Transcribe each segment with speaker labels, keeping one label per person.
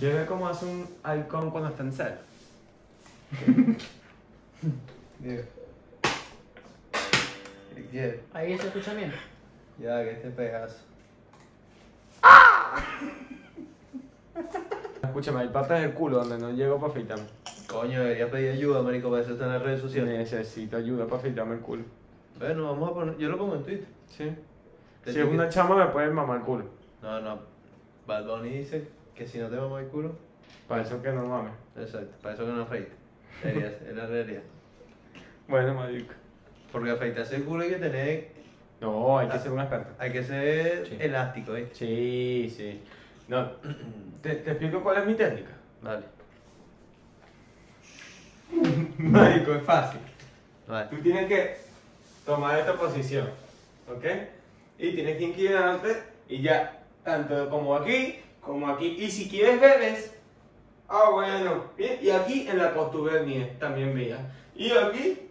Speaker 1: Yo veo cómo hace un halcón cuando está en celo.
Speaker 2: Digo. ¿Qué quieres?
Speaker 3: Ahí se escucha bien.
Speaker 2: Ya, que este pedazo.
Speaker 1: Escúchame, hay patas del culo donde no llego para afeitarme.
Speaker 2: Coño, debería pedir ayuda, marico, para eso está en las redes sociales.
Speaker 1: Necesito ayuda para afeitarme el culo.
Speaker 2: Bueno, vamos a poner. Yo lo pongo en Twitter.
Speaker 1: Sí.
Speaker 2: Te
Speaker 1: Si es una
Speaker 2: etiquet-
Speaker 1: chama me puede mamar el culo.
Speaker 2: No, no. Bad Bunny dice que si no te mamas el culo.
Speaker 1: Para eso que no mames.
Speaker 2: Exacto, para eso que no afeites. Debería ser, es la realidad.
Speaker 1: Bueno, marico.
Speaker 2: Porque afeitarse el culo hay que tener.
Speaker 1: No, hay que ser un experto.
Speaker 2: Hay que ser
Speaker 1: Sí.
Speaker 2: elástico, ¿eh?
Speaker 1: Sí, sí. No, te, te explico cuál es mi técnica.
Speaker 2: Vale.
Speaker 1: Marico, es fácil.
Speaker 2: Vale.
Speaker 1: Tú tienes que tomar esta posición, ¿ok? Y tienes que inclinarte y ya, tanto como aquí, como aquí. Y si quieres bebes, ah bueno, bien. Y aquí en la postura mía, también mía. Y aquí,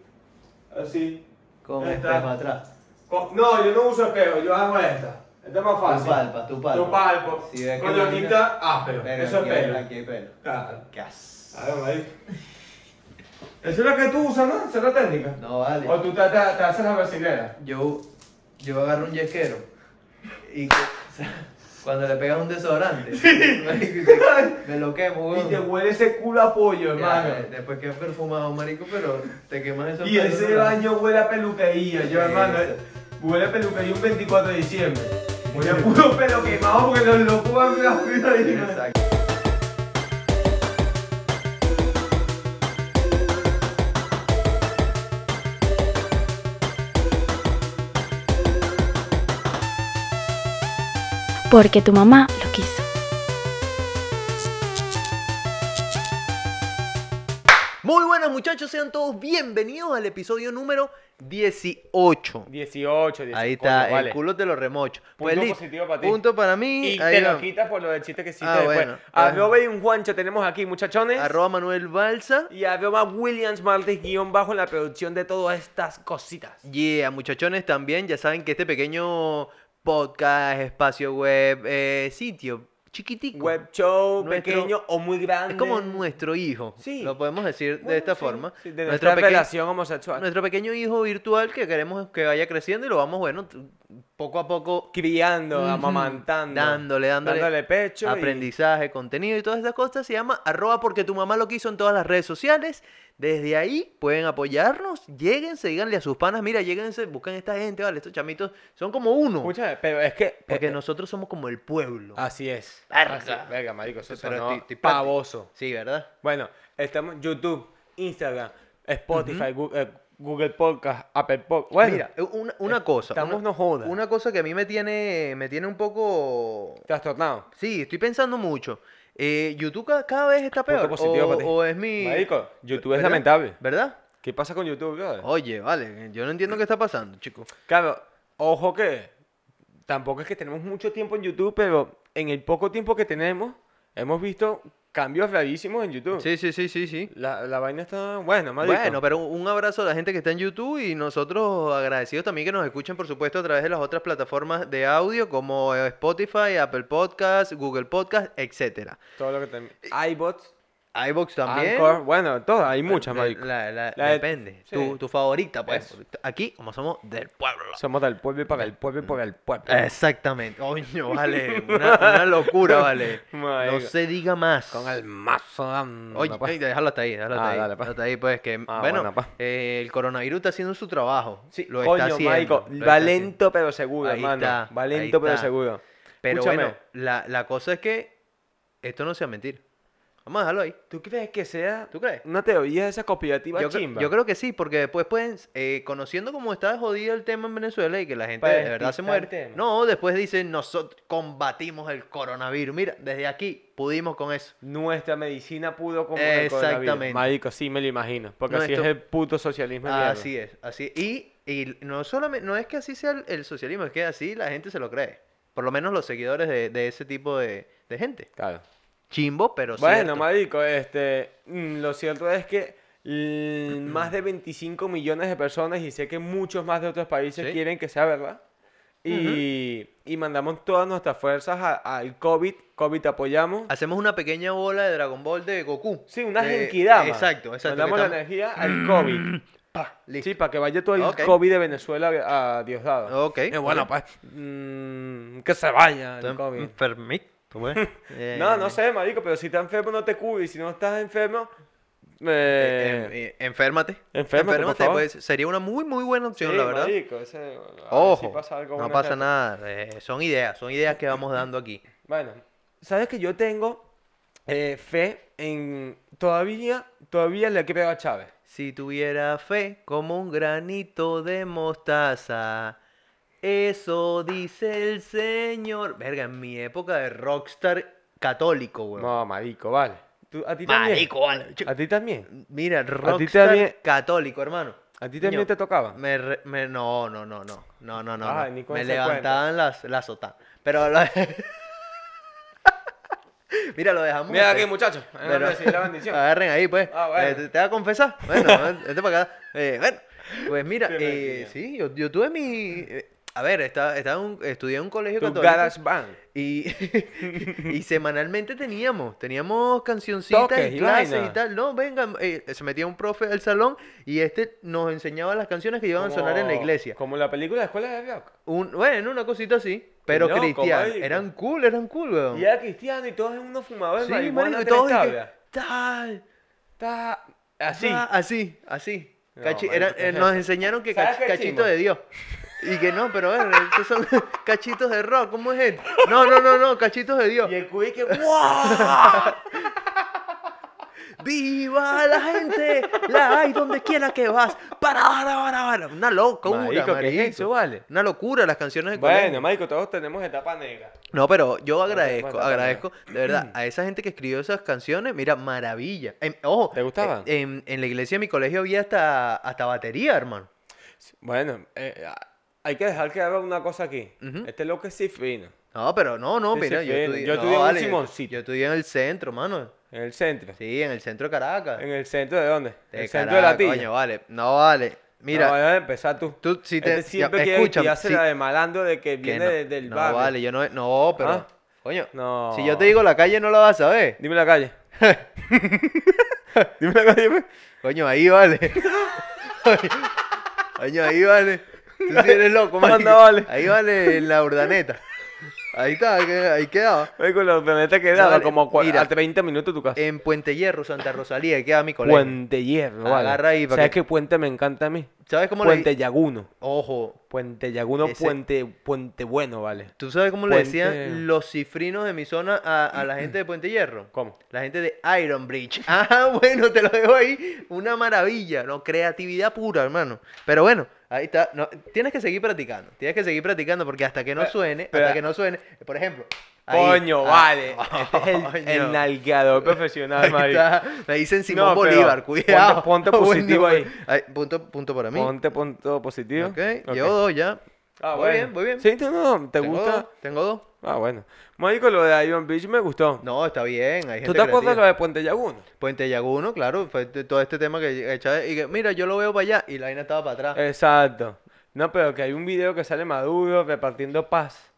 Speaker 1: así.
Speaker 2: Con
Speaker 1: Ahí
Speaker 2: este
Speaker 1: está.
Speaker 2: para atrás.
Speaker 1: Con- No, yo no uso espejo, yo hago esta. Esta es más
Speaker 2: Tu
Speaker 1: fácil.
Speaker 2: palpa, tu palpa.
Speaker 1: Yo palpo.
Speaker 2: Si ves que
Speaker 1: Cuando aquí
Speaker 2: imagina-
Speaker 1: está áspero.
Speaker 2: Pero
Speaker 1: Eso es
Speaker 2: aquí, hay-
Speaker 1: pelo.
Speaker 2: aquí hay pelo.
Speaker 1: Claro.
Speaker 2: ¿Qué haces?
Speaker 1: Claro, marico. Esa es la que tú usas, ¿no? Esa es la técnica.
Speaker 2: No vale.
Speaker 1: O tú te, te- te haces la brasilera.
Speaker 2: Yo, yo agarro un yesquero y que- cuando le pegan un desodorante, marico, y te- me lo quemo,
Speaker 1: Y
Speaker 2: weón.
Speaker 1: te huele ese culo a pollo,
Speaker 2: Ya, eh,
Speaker 1: hermano.
Speaker 2: después quedas perfumado, marico, pero te queman esos
Speaker 1: Y
Speaker 2: pelos,
Speaker 1: ese
Speaker 2: ¿no?
Speaker 1: baño huele a peluquería, yo,
Speaker 2: Eso.
Speaker 1: hermano. Huele a peluquería un 24 de diciembre. Huele a puro pelo quemado porque los locos van a la vida ahí, man.
Speaker 2: Exacto.
Speaker 4: porque tu mamá lo quiso.
Speaker 5: Muy buenas muchachos, sean todos bienvenidos al episodio número 18.
Speaker 6: 18, 18.
Speaker 5: Ahí está,
Speaker 6: coño,
Speaker 5: el
Speaker 6: vale.
Speaker 5: culo te lo remocho.
Speaker 6: Punto
Speaker 5: listo,
Speaker 6: positivo para ti.
Speaker 5: Punto para mí.
Speaker 6: Y
Speaker 5: ahí
Speaker 6: te lo
Speaker 5: va.
Speaker 6: quitas por lo del chiste que hiciste
Speaker 5: Ah,
Speaker 6: después.
Speaker 5: bueno.
Speaker 6: a
Speaker 5: Ah.
Speaker 6: Robe y un Juancho tenemos aquí, muchachones.
Speaker 5: Arroba Manuel Balsa.
Speaker 6: y a Bioma Williams Martes guión bajo en la producción de todas estas cositas.
Speaker 5: Yeah, muchachones también, ya saben que este pequeño podcast, espacio web, eh, sitio chiquitico.
Speaker 6: Web show
Speaker 5: Nuestro-
Speaker 6: pequeño o muy grande.
Speaker 5: Es como nuestro hijo.
Speaker 6: Sí.
Speaker 5: Lo podemos decir
Speaker 6: Bueno,
Speaker 5: de esta
Speaker 6: sí,
Speaker 5: forma.
Speaker 6: sí, de
Speaker 5: Nuestro
Speaker 6: nuestra
Speaker 5: peque-
Speaker 6: relación homosexual.
Speaker 5: Nuestro pequeño hijo virtual que queremos que vaya creciendo y lo vamos, bueno, t- poco a poco
Speaker 6: Criando,
Speaker 5: Ujú.
Speaker 6: amamantando.
Speaker 5: Dándole, dándole.
Speaker 6: pecho. y-
Speaker 5: aprendizaje, contenido y todas estas cosas se llama arroba porque tu mamá lo quiso en todas las redes sociales. Desde ahí pueden apoyarnos, lléguense, díganle a sus panas, mira, lléguense, busquen esta gente, vale, estos chamitos son como uno.
Speaker 6: Escúchame, pero es que.
Speaker 5: porque
Speaker 6: eh,
Speaker 5: nosotros somos como el pueblo.
Speaker 6: Así es.
Speaker 5: Verga.
Speaker 6: Así- Verga, marico, eso
Speaker 5: Pero
Speaker 6: sonó
Speaker 5: estoy- estoy práctico.
Speaker 6: pavoso.
Speaker 5: Sí, ¿verdad?
Speaker 6: Bueno, estamos en YouTube, Instagram, Spotify, Gu- eh, Google, Podcast, Apple Podcast. Bueno,
Speaker 5: mira, una, una
Speaker 6: eh,
Speaker 5: cosa.
Speaker 6: estamos
Speaker 5: una,
Speaker 6: no joda.
Speaker 5: una cosa que a mí me tiene, me tiene un poco...
Speaker 6: trastornado.
Speaker 5: Sí, estoy pensando mucho. Eh, YouTube ca- cada vez está
Speaker 6: Punto
Speaker 5: peor.
Speaker 6: positivo
Speaker 5: o,
Speaker 6: para ti.
Speaker 5: o es mi...
Speaker 6: Marico, YouTube es
Speaker 5: ¿verdad?
Speaker 6: lamentable.
Speaker 5: ¿Verdad?
Speaker 6: ¿Qué pasa con YouTube, brother?
Speaker 5: Oye, vale, yo no entiendo qué está pasando, chicos.
Speaker 6: Claro, ojo que tampoco es que tenemos mucho tiempo en YouTube, pero en el poco tiempo que tenemos hemos visto cambios rarísimos en YouTube.
Speaker 5: Sí, sí, sí, sí, sí.
Speaker 6: La, la vaina está buena, marico.
Speaker 5: Bueno, pero un abrazo a la gente que está en YouTube y nosotros agradecidos también que nos escuchen, por supuesto, a través de las otras plataformas de audio como eh, Spotify, Apple Podcast, Google Podcast, etcétera.
Speaker 6: Todo lo que también. iBots,
Speaker 5: iBox también.
Speaker 6: Anchor, bueno, todas, hay muchas,
Speaker 5: La-
Speaker 6: marico.
Speaker 5: la- la-
Speaker 6: La de-
Speaker 5: depende.
Speaker 6: sí.
Speaker 5: Tu, tu favorita, pues.
Speaker 6: Eso.
Speaker 5: Aquí, como somos del pueblo.
Speaker 6: Somos del pueblo y para el pueblo y para el pueblo.
Speaker 5: Exactamente. Coño, vale. Una, una locura, vale. No
Speaker 6: Marico.
Speaker 5: se diga más.
Speaker 6: Con el mazo. dando,
Speaker 5: Oye,
Speaker 6: pues.
Speaker 5: ey, déjalo hasta ahí, déjalo hasta
Speaker 6: Ah,
Speaker 5: ahí.
Speaker 6: dale, pa.
Speaker 5: Hasta ahí, pues, que,
Speaker 6: Ah,
Speaker 5: bueno,
Speaker 6: bueno, pa.
Speaker 5: eh, el coronavirus está haciendo su trabajo.
Speaker 6: Sí,
Speaker 5: lo
Speaker 6: coño,
Speaker 5: está haciendo.
Speaker 6: marico,
Speaker 5: lo está
Speaker 6: va
Speaker 5: haciendo.
Speaker 6: lento pero seguro,
Speaker 5: Ahí
Speaker 6: hermano.
Speaker 5: está,
Speaker 6: va
Speaker 5: ahí
Speaker 6: lento pero
Speaker 5: está.
Speaker 6: seguro.
Speaker 5: Pero
Speaker 6: Escúchame,
Speaker 5: bueno, la, la cosa es que esto no sea mentira. Vamos a dejarlo ahí.
Speaker 6: ¿tú crees que sea
Speaker 5: ¿Tú crees?
Speaker 6: una teoría de esa cooperativa
Speaker 5: Yo, cre-
Speaker 6: chimba?
Speaker 5: yo creo que sí, porque después pueden, eh, conociendo cómo está jodido el tema en Venezuela y que la gente
Speaker 6: Para
Speaker 5: de verdad se
Speaker 6: despistar el
Speaker 5: muere,
Speaker 6: tema.
Speaker 5: no, después dicen, nosotros combatimos el coronavirus. Mira, desde aquí pudimos con eso.
Speaker 6: Nuestra medicina pudo como el coronavirus.
Speaker 5: Exactamente.
Speaker 6: Marico, sí me lo imagino. Porque así
Speaker 5: Nuestro-
Speaker 6: es el puto socialismo. de mierda.
Speaker 5: Así es, así y, y no solamente, no es que así sea el, el socialismo, es que así la gente se lo cree. Por lo menos los seguidores de, de ese tipo de, de gente.
Speaker 6: Claro.
Speaker 5: Chimbo, pero
Speaker 6: Bueno,
Speaker 5: cierto.
Speaker 6: marico, este, mm, lo cierto es que mm, l- más de 25 millones de personas, y sé que muchos más de otros países
Speaker 5: Sí.
Speaker 6: quieren que sea verdad, y, y mandamos todas nuestras fuerzas a- al COVID. COVID te apoyamos.
Speaker 5: Hacemos una pequeña bola de Dragon Ball de Goku.
Speaker 6: Sí, una
Speaker 5: De-
Speaker 6: genkidama.
Speaker 5: Exacto, exacto.
Speaker 6: Mandamos
Speaker 5: que
Speaker 6: la
Speaker 5: estamos-
Speaker 6: energía al COVID.
Speaker 5: Listo.
Speaker 6: Sí, para que vaya todo el
Speaker 5: Ok.
Speaker 6: COVID de Venezuela a Diosdado.
Speaker 5: Ok,
Speaker 6: Eh, bueno,
Speaker 5: ok.
Speaker 6: pues. mm, que se vaya el
Speaker 5: Entonces,
Speaker 6: COVID.
Speaker 5: enfermito, pues. Eh,
Speaker 6: No, no sé, marico, pero si estás enfermo no te cubres. Si no estás enfermo,
Speaker 5: eh,
Speaker 6: eh,
Speaker 5: eh, enférmate.
Speaker 6: Enférmate, por favor.
Speaker 5: pues, sería una muy, muy buena opción,
Speaker 6: sí,
Speaker 5: la verdad.
Speaker 6: marico, ese- a ver si
Speaker 5: Ojo,
Speaker 6: pasa algo
Speaker 5: no
Speaker 6: bueno
Speaker 5: pasa
Speaker 6: acá.
Speaker 5: nada. eh, son ideas, son ideas que vamos dando aquí.
Speaker 6: Bueno, sabes que yo tengo eh, fe en todavía, todavía le creo a Chávez.
Speaker 5: Si tuviera fe como un granito de mostaza, eso dice el Señor. Verga, en mi época de rockstar católico, weón.
Speaker 6: No, marico, vale. Tú- a ti
Speaker 5: Marico, vale.
Speaker 6: también. A ti también.
Speaker 5: Mira, rockstar
Speaker 6: también-
Speaker 5: católico, hermano.
Speaker 6: A ti
Speaker 5: Niño,
Speaker 6: también te tocaba.
Speaker 5: Me, re- me- no, no, no, no, no, no, no.
Speaker 6: Ay,
Speaker 5: no.
Speaker 6: ni con
Speaker 5: Me
Speaker 6: ese
Speaker 5: levantaban las, la sotana. Pero lo- Mira, lo dejamos.
Speaker 6: Mira
Speaker 5: hasta-
Speaker 6: aquí, muchachos.
Speaker 5: Pero-
Speaker 6: Pero... la bendición.
Speaker 5: Agarren ahí, pues.
Speaker 6: Ah, bueno.
Speaker 5: Eh, ¿te, te vas a confesar? Bueno, vente para acá. Eh, bueno, pues mira,
Speaker 6: Qué
Speaker 5: eh,
Speaker 6: maravilla.
Speaker 5: sí, yo, yo tuve mi... eh, a ver, estaba, estaba en un- estudié en un colegio
Speaker 6: Tu
Speaker 5: católico
Speaker 6: garage band.
Speaker 5: y, y semanalmente teníamos, teníamos cancioncitas
Speaker 6: Toques
Speaker 5: y
Speaker 6: y
Speaker 5: clases y,
Speaker 6: vainas.
Speaker 5: tal. No, vengan, eh, se metía un profe al salón y este nos enseñaba las canciones que iban a sonar en la
Speaker 6: Como-
Speaker 5: iglesia.
Speaker 6: Como la película de Escuela de Rock.
Speaker 5: Un, bueno, una cosita así, pero
Speaker 6: loco,
Speaker 5: cristiana.
Speaker 6: marico.
Speaker 5: Eran cool, eran cool, weón.
Speaker 6: Y era cristiano y todos eran unos fumadores
Speaker 5: Sí,
Speaker 6: de marihuana.
Speaker 5: marico, y
Speaker 6: tres
Speaker 5: todos y que,
Speaker 6: tablas.
Speaker 5: tal,
Speaker 6: Ta- Así.
Speaker 5: Ah, así, así.
Speaker 6: No,
Speaker 5: Cachi-
Speaker 6: marico,
Speaker 5: eran-
Speaker 6: ¿qué
Speaker 5: eh,
Speaker 6: es
Speaker 5: nos
Speaker 6: eso?
Speaker 5: enseñaron que
Speaker 6: ¿Sabes
Speaker 5: cach-
Speaker 6: qué es
Speaker 5: cachito
Speaker 6: chimbo?
Speaker 5: de Dios. Y que no, pero bueno, estos son cachitos de rock, ¿cómo es esto? No, no, no, no, cachitos de Dios.
Speaker 6: Y el cuy que ¡guau!
Speaker 5: ¡Viva la gente! ¡La hay donde quiera que vas! ¡Para, para, para, para! Una locura,
Speaker 6: Marico, ¿qué es
Speaker 5: marico.
Speaker 6: eso, vale?
Speaker 5: Una locura las canciones de
Speaker 6: Bueno,
Speaker 5: colegio.
Speaker 6: marico, todos tenemos etapa negra.
Speaker 5: No, pero yo
Speaker 6: bueno,
Speaker 5: agradezco,
Speaker 6: bueno, Mm.
Speaker 5: agradezco, de verdad, a esa gente que escribió esas canciones, mira, maravilla. Em, ojo,
Speaker 6: ¿Te gustaban?
Speaker 5: eh, En, en la iglesia de mi colegio había hasta, hasta batería, hermano.
Speaker 6: Bueno, eh, hay que dejar que haga una cosa aquí.
Speaker 5: Ujú.
Speaker 6: Este loco es cifrino,
Speaker 5: No, pero no, no,
Speaker 6: Sí,
Speaker 5: mira,
Speaker 6: sí,
Speaker 5: yo
Speaker 6: fue,
Speaker 5: estudié,
Speaker 6: yo
Speaker 5: no,
Speaker 6: estudié en
Speaker 5: vale, yo-
Speaker 6: Simoncito.
Speaker 5: Yo estudié en el centro, mano.
Speaker 6: en el centro.
Speaker 5: Sí, en el centro de Caracas.
Speaker 6: ¿En el centro de dónde?
Speaker 5: De
Speaker 6: el centro de
Speaker 5: Caracas,
Speaker 6: la tía.
Speaker 5: coño, vale. No, vale. Mira,
Speaker 6: No, vas a empezar tú.
Speaker 5: tú si te-
Speaker 6: Este
Speaker 5: ya,
Speaker 6: siempre quiere
Speaker 5: escúchame,
Speaker 6: tirarse
Speaker 5: si-
Speaker 6: la de malandro de que
Speaker 5: que
Speaker 6: viene
Speaker 5: no,
Speaker 6: de- del
Speaker 5: no,
Speaker 6: barrio.
Speaker 5: vale, yo no, no, pero,
Speaker 6: Ah.
Speaker 5: coño,
Speaker 6: No.
Speaker 5: si yo te digo la calle no la vas a ver.
Speaker 6: Dime la calle. Dime la calle, pues.
Speaker 5: Coño, ahí vale. Coño, ahí vale. Tú sí eres loco,
Speaker 6: ¿Cuándo
Speaker 5: marico.
Speaker 6: vale?
Speaker 5: Ahí vale en la urdaneta. Ahí está, que- ahí quedaba.
Speaker 6: Marico, la planeta quedaba
Speaker 5: vale,
Speaker 6: como cua-
Speaker 5: mira.
Speaker 6: a 30 minutos de tu casa.
Speaker 5: En Puente Hierro, Santa Rosalía, ahí quedaba mi colegio.
Speaker 6: Puente Hierro, vale.
Speaker 5: Agarra ahí para
Speaker 6: ¿Sabes
Speaker 5: que-
Speaker 6: qué puente me encanta a mí?
Speaker 5: ¿Sabes cómo
Speaker 6: Puente
Speaker 5: le
Speaker 6: Llaguno.
Speaker 5: Ojo,
Speaker 6: Puente Llaguno,
Speaker 5: Ese-
Speaker 6: puente, puente bueno, vale.
Speaker 5: ¿tú sabes cómo le
Speaker 6: Puente-
Speaker 5: decían los cifrinos de mi zona a, a la gente de Puente Hierro?
Speaker 6: ¿Cómo?
Speaker 5: La gente de Iron Bridge. Ah, bueno, te lo dejo ahí. Una maravilla, ¿no? Creatividad pura, hermano. Pero bueno, ahí está. No, tienes que seguir practicando. Tienes que seguir practicando porque hasta que no suene, hasta
Speaker 6: espera.
Speaker 5: que no suene, por ejemplo. ahí-
Speaker 6: Coño,
Speaker 5: ah,
Speaker 6: vale. Este es el,
Speaker 5: coño.
Speaker 6: el nalgador profesional,
Speaker 5: Ahí
Speaker 6: marico.
Speaker 5: está. Me dicen Simón
Speaker 6: No, pero
Speaker 5: Bolívar, cuidado.
Speaker 6: ponte- ponte positivo
Speaker 5: Bueno,
Speaker 6: ahí.
Speaker 5: ay, punto, punto para mí.
Speaker 6: Ponte punto positivo.
Speaker 5: Ok, llevo dos ya.
Speaker 6: Ah,
Speaker 5: Voy
Speaker 6: bueno.
Speaker 5: bien, voy bien.
Speaker 6: Sí, no, no, ¿te
Speaker 5: Tengo
Speaker 6: gusta?
Speaker 5: dos, Tengo dos.
Speaker 6: Ah, bueno. Marico, lo de Iron Beach me gustó.
Speaker 5: No, está bien. Hay gente
Speaker 6: ¿Tú te acuerdas lo
Speaker 5: creativa.
Speaker 6: de Puente Llaguno?
Speaker 5: Puente Llaguno, claro, fue t- todo este tema que que Chávez, y que mira, yo lo veo para allá y la vaina estaba para
Speaker 6: Eh,
Speaker 5: atrás.
Speaker 6: Exacto. No, pero que hay un video que sale Maduro repartiendo paz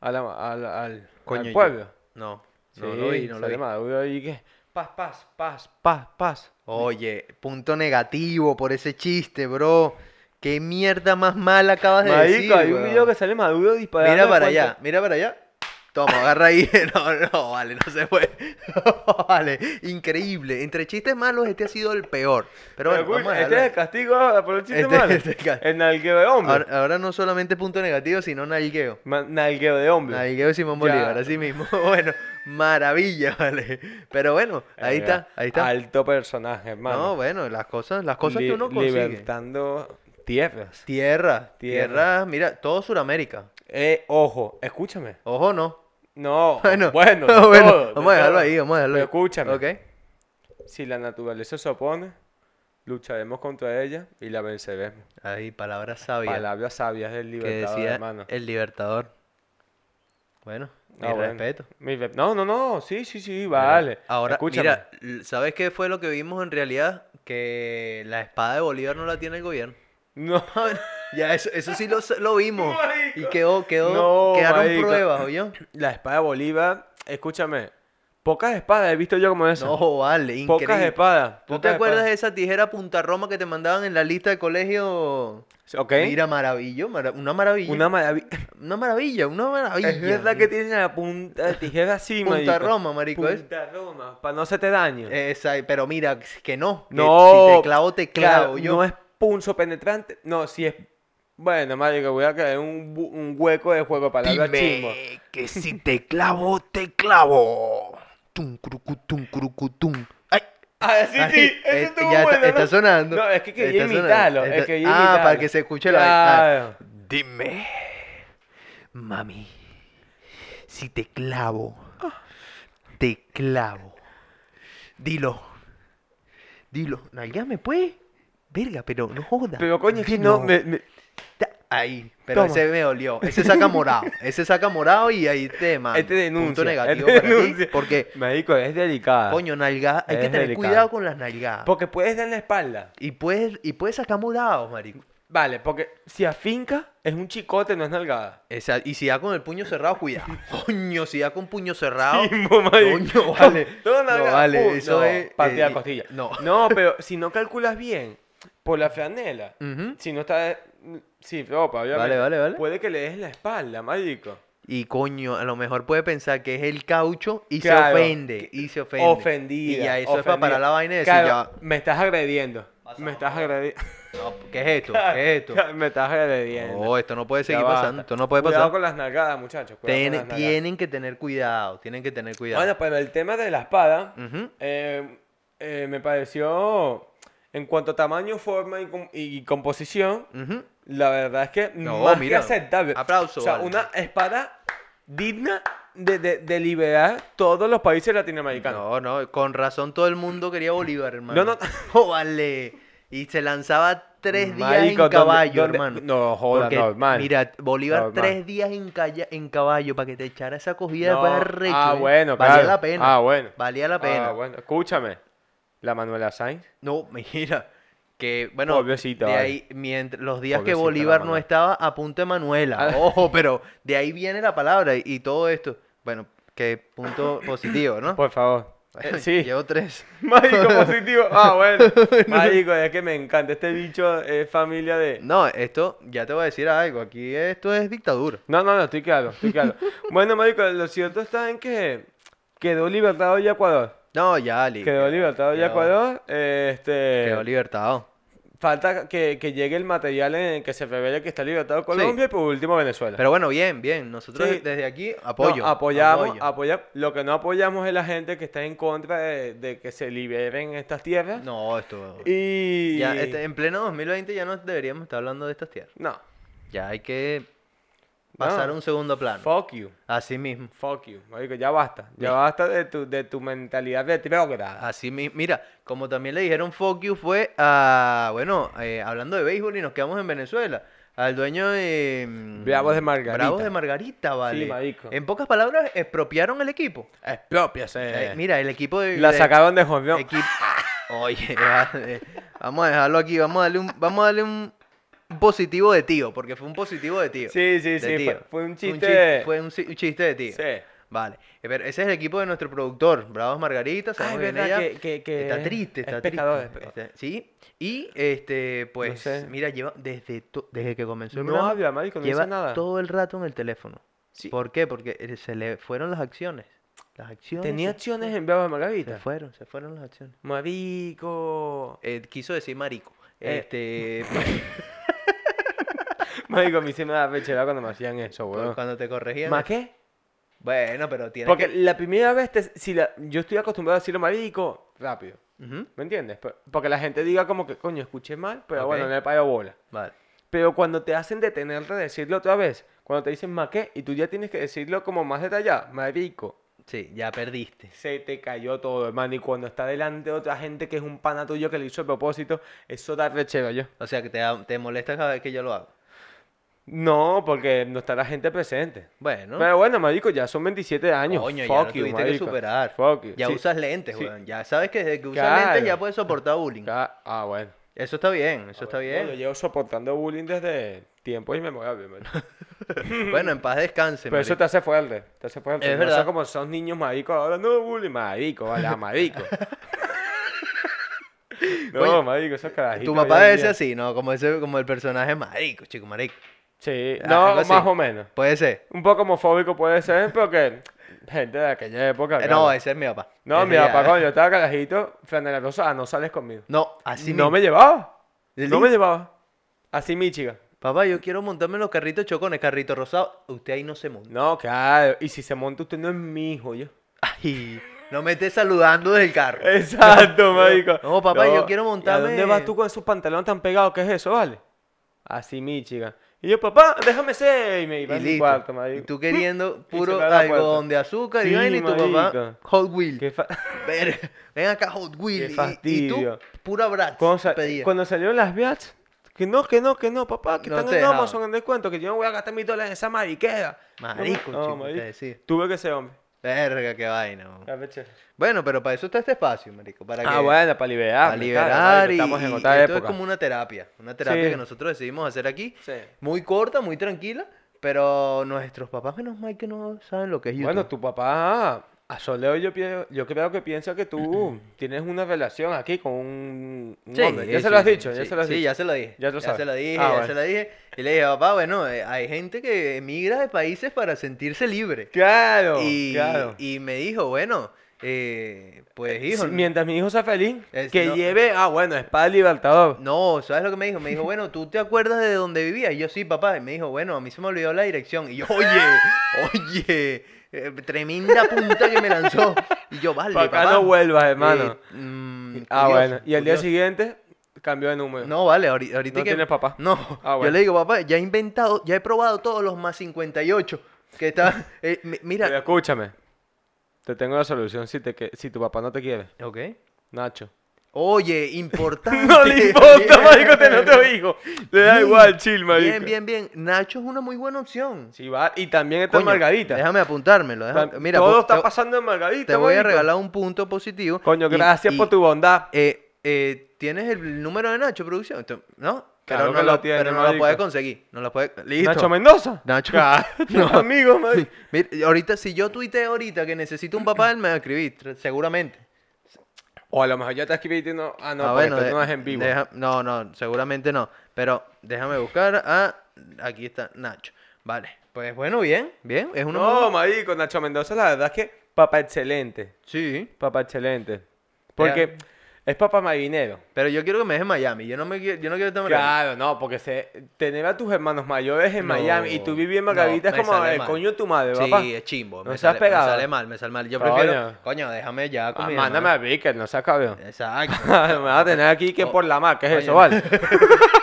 Speaker 6: a la- a la- al, al
Speaker 5: Coño, yo-
Speaker 6: pueblo.
Speaker 5: No, no
Speaker 6: Sí,
Speaker 5: lo vi, no lo
Speaker 6: sale
Speaker 5: vi.
Speaker 6: Maduro ahí que paz, paz, paz, paz, paz.
Speaker 5: Oye, punto negativo por ese chiste, bro. Qué mierda más mala acabas de
Speaker 6: Marico,
Speaker 5: decir.
Speaker 6: hay un
Speaker 5: weón.
Speaker 6: video que sale Maduro disparando.
Speaker 5: Mira
Speaker 6: de
Speaker 5: para
Speaker 6: Puente-
Speaker 5: allá, mira para allá. Toma, agarra ahí. No, no, vale, no se puede. No, vale, increíble. Entre chistes malos, este ha sido el peor. Pero bueno,
Speaker 6: Pero, coño,
Speaker 5: vamos a
Speaker 6: este es el
Speaker 5: dejarlo.
Speaker 6: castigo ahora por el chiste
Speaker 5: Este-
Speaker 6: malo.
Speaker 5: este es el castigo.
Speaker 6: el nalgueo de hombre.
Speaker 5: ahora, ahora no solamente punto negativo, sino nalgueo.
Speaker 6: Ma- Nalgueo de hombre.
Speaker 5: Nalgueo de Simón
Speaker 6: Ya.
Speaker 5: Bolívar, así mismo. Bueno, maravilla, vale. Pero bueno, ahí está, ahí está.
Speaker 6: Alto personaje, hermano.
Speaker 5: No, bueno, las cosas, las cosas
Speaker 6: Li-
Speaker 5: que uno consigue.
Speaker 6: Libertando tierras.
Speaker 5: Tierra, tierra,
Speaker 6: Tierra.
Speaker 5: mira, todo Sudamérica.
Speaker 6: Eh, ojo, escúchame.
Speaker 5: Ojo, no.
Speaker 6: No,
Speaker 5: Bueno,
Speaker 6: bueno, bueno, de
Speaker 5: bueno,
Speaker 6: todo, de
Speaker 5: vamos a dejarlo
Speaker 6: todo.
Speaker 5: ahí, vamos a dejarlo
Speaker 6: Pero
Speaker 5: ahí.
Speaker 6: escúchame.
Speaker 5: Ok.
Speaker 6: Si la naturaleza se opone, lucharemos contra ella y la venceremos.
Speaker 5: Ahí, palabras sabias
Speaker 6: Palabras sabias del
Speaker 5: que
Speaker 6: libertador,
Speaker 5: decía
Speaker 6: hermano.
Speaker 5: el libertador. Bueno, mi
Speaker 6: Ah, bueno.
Speaker 5: respeto.
Speaker 6: Mi re- No, no, no, sí, sí, sí, vale.
Speaker 5: Ahora,
Speaker 6: Escúchame.
Speaker 5: mira, l- ¿sabes qué fue lo que vimos en realidad? Que la espada de Bolívar no la tiene el gobierno.
Speaker 6: No,
Speaker 5: Ya, eso, eso sí lo, lo vimos. Y
Speaker 1: Marico.
Speaker 5: quedó, quedó,
Speaker 6: No,
Speaker 5: quedaron
Speaker 6: marico.
Speaker 5: pruebas, ¿oyó?
Speaker 6: La espada de Bolívar, escúchame, pocas espadas he visto yo como esa.
Speaker 5: No, vale, increíble.
Speaker 6: pocas espadas.
Speaker 5: ¿Tú te acuerdas de esa tijera punta roma que te mandaban en la lista de colegio?
Speaker 6: de Ok.
Speaker 5: Mira, maravillo, mara- una maravilla.
Speaker 6: Una maravilla.
Speaker 5: Una maravilla, una maravilla.
Speaker 6: Es verdad que tiene la punta de tijera así,
Speaker 5: Punta
Speaker 6: marico.
Speaker 5: Roma, marico, ¿eh?
Speaker 6: Punta Roma, para no se te daño.
Speaker 5: Esa, pero mira, que no. que
Speaker 6: no.
Speaker 5: si te clavo, te clavo.
Speaker 6: claro,
Speaker 5: yo.
Speaker 6: No es punzo penetrante. No, si es. Bueno, marico, voy a caer en un, bu- un hueco de juego de palabras chimbo.
Speaker 5: que si te clavo, te clavo. Tum, curucu, tum, curucu, tum. Ay,
Speaker 6: Ah, sí,
Speaker 5: ay,
Speaker 6: sí, eso
Speaker 5: eh,
Speaker 6: estuvo
Speaker 5: ya
Speaker 6: bueno,
Speaker 5: está,
Speaker 6: ¿no?
Speaker 5: está sonando.
Speaker 6: No, es que quería
Speaker 5: Está sonando,
Speaker 6: imitarlo, es
Speaker 5: está-
Speaker 6: que quería
Speaker 5: Ah, para
Speaker 6: imitarlo.
Speaker 5: que se escuche la vaina.
Speaker 6: Claro.
Speaker 5: Ah, Dime, mami, si te clavo, te clavo. Dilo, dilo, nalgame pues. Verga, pero no jodas.
Speaker 6: Pero coño, es que no.
Speaker 5: Dilo.
Speaker 6: me- me-
Speaker 5: Ta- Ahí, pero
Speaker 6: Toma.
Speaker 5: ese me dolió. Ese saca morado. Ese saca morado y ahí te manda.
Speaker 6: Este denuncia.
Speaker 5: Ah, Punto negativo
Speaker 6: este
Speaker 5: para ti,
Speaker 6: denuncia.
Speaker 5: porque,
Speaker 6: Marico, es delicada.
Speaker 5: coño, ah. nalga, hay que
Speaker 6: Es
Speaker 5: tener
Speaker 6: delicado.
Speaker 5: cuidado con las nalgadas.
Speaker 6: Porque puedes dar la espalda.
Speaker 5: Y puedes, y puedes sacar morados, marico.
Speaker 6: Vale, porque si afinca, es un chicote, no es nalgada.
Speaker 5: Esa- y si da con el puño cerrado, cuidado. Coño, si da con puño cerrado.
Speaker 6: Chimbo, marico.
Speaker 5: Coño, vale.
Speaker 6: Todo
Speaker 5: No,
Speaker 6: nalgada,
Speaker 5: vale,
Speaker 6: pum,
Speaker 5: eso
Speaker 6: no,
Speaker 5: es,
Speaker 6: Partida
Speaker 5: eh,
Speaker 6: de costilla.
Speaker 5: no.
Speaker 6: No, pero si no calculas bien, por la franela,
Speaker 5: Ujú.
Speaker 6: si no está. mm, Sí, ropa, obviamente.
Speaker 5: vale, vale.
Speaker 6: Puede que le des la espalda, marico.
Speaker 5: Y coño, a lo mejor puede pensar que es el caucho y
Speaker 6: Claro,
Speaker 5: se ofende.
Speaker 6: que-
Speaker 5: Y se ofende.
Speaker 6: Ofendida.
Speaker 5: Y ya eso es
Speaker 6: ofendida.
Speaker 5: para parar la vaina y decir,
Speaker 6: Claro,
Speaker 5: ya.
Speaker 6: Me estás agrediendo. Me estás agrediendo.
Speaker 5: no, ¿Qué es esto? ¿Qué es esto?
Speaker 6: me estás agrediendo.
Speaker 5: No, esto no puede
Speaker 6: Ya
Speaker 5: seguir
Speaker 6: basta.
Speaker 5: pasando. Esto no puede
Speaker 6: Cuidado
Speaker 5: pasar.
Speaker 6: con las nalgadas, muchachos. cuidado con
Speaker 5: Tiene-
Speaker 6: las nalgadas.
Speaker 5: tienen que tener cuidado, tienen que tener cuidado. Mm.
Speaker 6: Bueno, pero el tema de la espada
Speaker 5: Ujú.
Speaker 6: eh, eh, me pareció, en cuanto a tamaño, forma y, com- y composición,
Speaker 5: Ujú.
Speaker 6: la verdad es que
Speaker 5: No,
Speaker 6: más
Speaker 5: mira,
Speaker 6: que aceptable.
Speaker 5: aplauso,
Speaker 6: O sea,
Speaker 5: vale.
Speaker 6: una espada digna de, de- de liberar todos los países latinoamericanos.
Speaker 5: No, no, con razón todo el mundo quería Bolívar, hermano.
Speaker 6: No, no.
Speaker 5: Oh, vale. Y se lanzaba tres días
Speaker 6: Marico,
Speaker 5: en
Speaker 6: ¿dónde-
Speaker 5: caballo,
Speaker 6: dónde-
Speaker 5: hermano.
Speaker 6: No, joda,
Speaker 5: Porque,
Speaker 6: normal.
Speaker 5: Mira, Bolívar
Speaker 6: Normal.
Speaker 5: tres días en, calla- en caballo para que te echara esa cogida después
Speaker 6: No,
Speaker 5: de recho.
Speaker 6: ah,
Speaker 5: ¿eh?
Speaker 6: bueno,
Speaker 5: Valía
Speaker 6: claro.
Speaker 5: la pena.
Speaker 6: Ah, bueno.
Speaker 5: Valía la pena.
Speaker 6: Ah, bueno, escúchame. La Manuela Sainz.
Speaker 5: No, mira. Que, bueno,
Speaker 6: Pobrecita,
Speaker 5: de
Speaker 6: vale.
Speaker 5: ahí, mientras, los días
Speaker 6: Pobrecita
Speaker 5: que
Speaker 6: la Ah.
Speaker 5: Bolívar no
Speaker 6: Manuela.
Speaker 5: estaba, apunte Manuela. Ojo, pero de ahí viene la palabra y, y todo esto. Bueno, que punto positivo, ¿no?
Speaker 6: Por favor. Eh, sí.
Speaker 5: Llevo tres.
Speaker 6: Mágico positivo. Ah, bueno. Mágico, es que me encanta. Este bicho es familia de.
Speaker 5: No, esto, ya te voy a decir algo. Aquí esto es dictadura.
Speaker 6: No, no, no, estoy claro, estoy claro. bueno, Mágico, lo cierto está en que quedó libertado ya Ecuador.
Speaker 5: No, ya, Ali.
Speaker 6: Quedó libertado ya
Speaker 5: quedó-
Speaker 6: Ecuador. eh, Este.
Speaker 5: Quedó libertado.
Speaker 6: Falta que, que llegue el material en el que se revele que está libertado Colombia y por último Venezuela.
Speaker 5: Pero bueno, bien, bien. Nosotros
Speaker 6: Sí.
Speaker 5: desde aquí apoyo.
Speaker 6: No, apoyamos,
Speaker 5: apoyo.
Speaker 6: apoya- Lo que no apoyamos es la gente que está en contra de, de que se liberen estas tierras.
Speaker 5: No, esto.
Speaker 6: Y.
Speaker 5: Ya, este, en pleno 2020 ya no deberíamos estar hablando de estas tierras.
Speaker 6: No.
Speaker 5: Ya hay que pasar a
Speaker 6: No.
Speaker 5: un segundo plano.
Speaker 6: Fuck you.
Speaker 5: Así mismo.
Speaker 6: Fuck you. Marico, ya basta. Ya basta de tu, de tu mentalidad retrógrada.
Speaker 5: Así mismo. Mira, como también le dijeron fuck you fue a, bueno, eh, hablando de béisbol y nos quedamos en Venezuela. Al dueño de... mm,
Speaker 6: Bravos de Margarita.
Speaker 5: Bravos de Margarita, vale.
Speaker 6: marico.
Speaker 5: en pocas palabras, expropiaron el equipo.
Speaker 6: Expropiase.
Speaker 5: Eh, mira, el equipo de...
Speaker 6: La
Speaker 5: de-
Speaker 6: sacaron de jovión.
Speaker 5: equipo- Oye, vale. vamos a dejarlo aquí. Vamos a darle un, vamos a darle un un positivo de tío, porque fue un positivo de tío.
Speaker 6: Sí, sí,
Speaker 5: De
Speaker 6: sí, fue-
Speaker 5: tío.
Speaker 6: fue un
Speaker 5: chis-
Speaker 6: chiste-
Speaker 5: Fue un, si- un chiste de tío.
Speaker 6: Sí.
Speaker 5: Vale. Eh, pero ese es el equipo de nuestro productor, Bravos Margarita. sabemos Ah, que viene
Speaker 6: verdad
Speaker 5: ella.
Speaker 6: que- que- que
Speaker 5: está
Speaker 6: es-
Speaker 5: triste, Este,
Speaker 6: es
Speaker 5: está
Speaker 6: pecador, es
Speaker 5: triste.
Speaker 6: pecador.
Speaker 5: Está- sí. Y este, pues,
Speaker 6: sé.
Speaker 5: mira, lleva desde, to- desde que comenzó el
Speaker 6: No
Speaker 5: programa,
Speaker 6: habla, marico, no dice
Speaker 5: lleva
Speaker 6: nada.
Speaker 5: todo el rato en el teléfono.
Speaker 6: Sí.
Speaker 5: ¿Por qué? Porque eh, se le fueron las acciones. Las acciones.
Speaker 6: Tenía
Speaker 5: se-
Speaker 6: acciones en Bravos de
Speaker 5: Se
Speaker 6: Margarita.
Speaker 5: fueron, se fueron las acciones.
Speaker 6: Marico.
Speaker 5: Eh, quiso decir marico.
Speaker 6: Eh.
Speaker 5: Este,
Speaker 6: Marico, a mí se me da pechera cuando me hacían eso, weón.
Speaker 5: cuando te corregían. eh,
Speaker 6: ¿Más qué?
Speaker 5: Bueno, pero tiene
Speaker 6: Porque
Speaker 5: que...
Speaker 6: la primera vez, te- si la- yo estoy acostumbrado a decirlo marico, rápido.
Speaker 5: Ujú,
Speaker 6: ¿Me entiendes? Pero- Porque la gente diga como que, coño, escuché mal, pero
Speaker 5: Ok.
Speaker 6: bueno, no le pago bola.
Speaker 5: Vale.
Speaker 6: Pero cuando te hacen detenerte a decirlo otra vez, cuando te dicen ma qué, y tú ya tienes que decirlo como más detallado, marico,
Speaker 5: Sí, ya perdiste.
Speaker 6: se te cayó todo, hermano. Y cuando está delante de otra gente que es un pana tuyo que lo hizo a propósito, eso da rechero yo.
Speaker 5: O sea, que te, da- te molesta cada vez que yo lo hago.
Speaker 6: No, porque no está la gente presente.
Speaker 5: Bueno.
Speaker 6: Pero bueno, marico, ya son 27 años.
Speaker 5: Coño, ya
Speaker 6: Fuck
Speaker 5: lo
Speaker 6: you,
Speaker 5: tuviste que
Speaker 6: marico.
Speaker 5: superar.
Speaker 6: Fuck you.
Speaker 5: Ya
Speaker 6: Sí.
Speaker 5: usas lentes,
Speaker 6: Sí.
Speaker 5: weón. Ya sabes que desde que usas
Speaker 6: Claro.
Speaker 5: lentes ya puedes soportar bullying.
Speaker 6: Ca- Ah, bueno.
Speaker 5: Eso está bien, eso está
Speaker 6: Bueno, yo
Speaker 5: bien.
Speaker 6: llevo soportando bullying desde tiempos inmemoriales. man.
Speaker 5: Bueno, en paz descanse.
Speaker 6: Pero eso
Speaker 5: Este marico.
Speaker 6: te hace fuerte, te hace fuerte.
Speaker 5: Es
Speaker 6: No
Speaker 5: verdad.
Speaker 6: son como son niños maricos ahora, no, bullying, marico, vale, a marico. no,
Speaker 5: Coño,
Speaker 6: marico, esos carajitos.
Speaker 5: Tu
Speaker 6: hoy
Speaker 5: papá
Speaker 6: en
Speaker 5: debe
Speaker 6: día.
Speaker 5: ser así, ¿no? Como, ese, como el personaje marico, chico marico.
Speaker 6: Sí,
Speaker 5: Ah,
Speaker 6: no,
Speaker 5: algo así.
Speaker 6: más o menos.
Speaker 5: Puede ser.
Speaker 6: Un poco homofóbico puede ser, pero que gente de aquella época.
Speaker 5: Eh,
Speaker 6: claro.
Speaker 5: no, ese es mi papá.
Speaker 6: No,
Speaker 5: Ese
Speaker 6: mi
Speaker 5: ya-
Speaker 6: papá cuando yo estaba carajito, franela rosa, ah, no sales conmigo.
Speaker 5: No, así
Speaker 6: no
Speaker 5: mismo.
Speaker 6: me llevaba.
Speaker 5: ¿El
Speaker 6: No
Speaker 5: link?
Speaker 6: me llevaba. Así mi chica.
Speaker 5: Papá, yo quiero montarme en los carritos chocones, carrito rosado. Usted ahí no se monta.
Speaker 6: No, claro. Y si se monta usted no es mi hijo, yo.
Speaker 5: Ay, no me estés saludando desde el carro.
Speaker 6: Eh, Exacto, marico.
Speaker 5: no, papá, yo quiero
Speaker 6: ¿y
Speaker 5: montarme-
Speaker 6: ¿A dónde vas tú con esos pantalones tan pegados? ¿Qué es eso, vale? Así mi chica. Y yo, papá, déjame ser. Y me iba
Speaker 5: Y
Speaker 6: a mi
Speaker 5: listo.
Speaker 6: cuarto,
Speaker 5: y
Speaker 6: marico.
Speaker 5: tú queriendo puro
Speaker 6: cerrar la
Speaker 5: algodón
Speaker 6: puerta.
Speaker 5: de azúcar
Speaker 6: Sí,
Speaker 5: y vaina, y tu papá
Speaker 6: marico.
Speaker 5: Hot Wheels.
Speaker 6: Qué fa-
Speaker 5: Ver- Ven acá, Hot
Speaker 6: Qué
Speaker 5: Wheels. y- Y, tú,
Speaker 6: fastidio.
Speaker 5: pura brat.
Speaker 6: Cuando, sa-
Speaker 5: pedía.
Speaker 6: cuando salieron las Beats, que no, que no, que no, papá, que
Speaker 5: No
Speaker 6: están
Speaker 5: te
Speaker 6: en
Speaker 5: dejaban.
Speaker 6: Amazon en descuento, que yo no voy a gastar mis dólares en esa mariquera. No me-
Speaker 5: Marico,
Speaker 6: no,
Speaker 5: chico,
Speaker 6: marico.
Speaker 5: te decía.
Speaker 6: Tuve que ser hombre.
Speaker 5: Verga, qué vaina. man.
Speaker 6: La fecha.
Speaker 5: Bueno, pero para eso está este espacio, marico. Para
Speaker 6: Ah,
Speaker 5: que,
Speaker 6: bueno, para liberar.
Speaker 5: para liberar y,
Speaker 6: estamos en
Speaker 5: y
Speaker 6: otra
Speaker 5: esto
Speaker 6: época.
Speaker 5: es como una terapia. Una terapia
Speaker 6: Sí.
Speaker 5: que nosotros decidimos hacer aquí.
Speaker 6: Sí.
Speaker 5: Muy corta, muy tranquila. Pero nuestros papás, menos mal que no saben lo que es YouTube.
Speaker 6: Bueno, tu papá, ah, a Soleo yo, pie- yo creo que piensa que tú tienes una relación aquí con un, un
Speaker 5: Sí,
Speaker 6: hombre. Ya
Speaker 5: sí,
Speaker 6: se lo has
Speaker 5: sí,
Speaker 6: dicho, ya
Speaker 5: sí,
Speaker 6: se lo has
Speaker 5: sí,
Speaker 6: dicho.
Speaker 5: ya se lo dije.
Speaker 6: Ya tú sabes.
Speaker 5: se lo dije,
Speaker 6: Ah,
Speaker 5: ya
Speaker 6: bueno.
Speaker 5: se lo dije. Y le dije, papá, bueno, eh, hay gente que emigra de países para sentirse libre.
Speaker 6: Claro,
Speaker 5: y,
Speaker 6: claro.
Speaker 5: y me dijo, bueno, eh, pues hijo,
Speaker 6: Si- Mientras mi hijo sea feliz,
Speaker 5: Es-
Speaker 6: que
Speaker 5: no.
Speaker 6: lleve, ah, bueno, espada libertador.
Speaker 5: no, ¿sabes lo que me dijo? Me dijo, bueno, ¿tú te acuerdas de dónde vivía? Y yo, sí, papá. Y me dijo, bueno, a mí se me olvidó la dirección. Y yo, oye, oye, eh, tremenda punta que me lanzó. Y yo, vale,
Speaker 6: Para acá
Speaker 5: papá.
Speaker 6: no vuelvas, hermano.
Speaker 5: Eh, mm,
Speaker 6: ah,
Speaker 5: curioso,
Speaker 6: bueno. Y al día
Speaker 5: curioso.
Speaker 6: siguiente, cambió de número.
Speaker 5: No, vale, ahori- ahorita
Speaker 6: No
Speaker 5: que...
Speaker 6: tienes papá.
Speaker 5: No,
Speaker 6: Ah,
Speaker 5: yo
Speaker 6: bueno.
Speaker 5: le digo, papá, ya he inventado, ya he probado todos los más 58 que está... eh, mi-
Speaker 6: Pero
Speaker 5: mira...
Speaker 6: escúchame. Te tengo la solución si, te que- si tu papá no te quiere.
Speaker 5: Ok.
Speaker 6: Nacho.
Speaker 5: Oye, importante.
Speaker 6: No le importa,
Speaker 5: Bien.
Speaker 6: marico, tener otro hijo. Le da
Speaker 5: Bien,
Speaker 6: igual, chill, marico.
Speaker 5: Bien, bien, bien. Nacho es una muy buena opción.
Speaker 6: Sí, va. Y también está
Speaker 5: Coño,
Speaker 6: Margarita.
Speaker 5: Déjame apuntármelo. déjame-
Speaker 6: Tam-
Speaker 5: Mira,
Speaker 6: todo
Speaker 5: po-
Speaker 6: está
Speaker 5: te-
Speaker 6: pasando en Margarita.
Speaker 5: Te voy a
Speaker 6: marico.
Speaker 5: regalar un punto positivo.
Speaker 6: Coño,
Speaker 5: y-
Speaker 6: gracias
Speaker 5: y,
Speaker 6: por tu bondad.
Speaker 5: eh, eh, ¿Tienes el número de Nacho, producción? Tú- ¿No?
Speaker 6: Claro
Speaker 5: pero no
Speaker 6: que
Speaker 5: lo,
Speaker 6: lo tiene,
Speaker 5: pero no lo
Speaker 6: marico.
Speaker 5: puedes conseguir. No lo puedes... Listo.
Speaker 6: Nacho Mendoza.
Speaker 5: Nacho.
Speaker 6: Claro,
Speaker 5: No.
Speaker 6: Amigo, marico.
Speaker 5: Mira, ahorita, si yo tuiteo ahorita que necesito un papá, él me va a escribir, tr- seguramente.
Speaker 6: O a lo mejor ya te escribiste y no. Ah, no,
Speaker 5: Ah,
Speaker 6: porque
Speaker 5: bueno,
Speaker 6: esto
Speaker 5: de-
Speaker 6: no es en vivo.
Speaker 5: deja- no, no, seguramente no. Pero déjame buscar a... Aquí está Nacho. Vale. Pues bueno, bien, bien. Es una muy-
Speaker 6: No, marico, Nacho Mendoza, la verdad es que papá excelente.
Speaker 5: Sí.
Speaker 6: Papá excelente. Porque es papá marinero.
Speaker 5: Pero yo quiero que me deje en Miami. Yo no me quiero, yo no quiero estar en Miami.
Speaker 6: Claro, no, porque se, tener a tus hermanos mayores en
Speaker 5: No,
Speaker 6: Miami y tú vivir en Margarita
Speaker 5: no,
Speaker 6: es
Speaker 5: me
Speaker 6: como
Speaker 5: sale
Speaker 6: el
Speaker 5: mal.
Speaker 6: coño de tu madre,
Speaker 5: Sí,
Speaker 6: papá.
Speaker 5: es chimbo.
Speaker 6: No
Speaker 5: me,
Speaker 6: seas
Speaker 5: sale,
Speaker 6: pegado.
Speaker 5: me sale mal, me sale mal. Yo
Speaker 6: Coño.
Speaker 5: prefiero. Coño, déjame ya con
Speaker 6: Ah,
Speaker 5: mi
Speaker 6: mándame
Speaker 5: mamá.
Speaker 6: a Vicker, no seas cabrón.
Speaker 5: Eh.
Speaker 6: me
Speaker 5: Exacto.
Speaker 6: vas a tener aquí que
Speaker 5: Oh,
Speaker 6: por la mar, ¿qué es
Speaker 5: coño.
Speaker 6: eso, vale?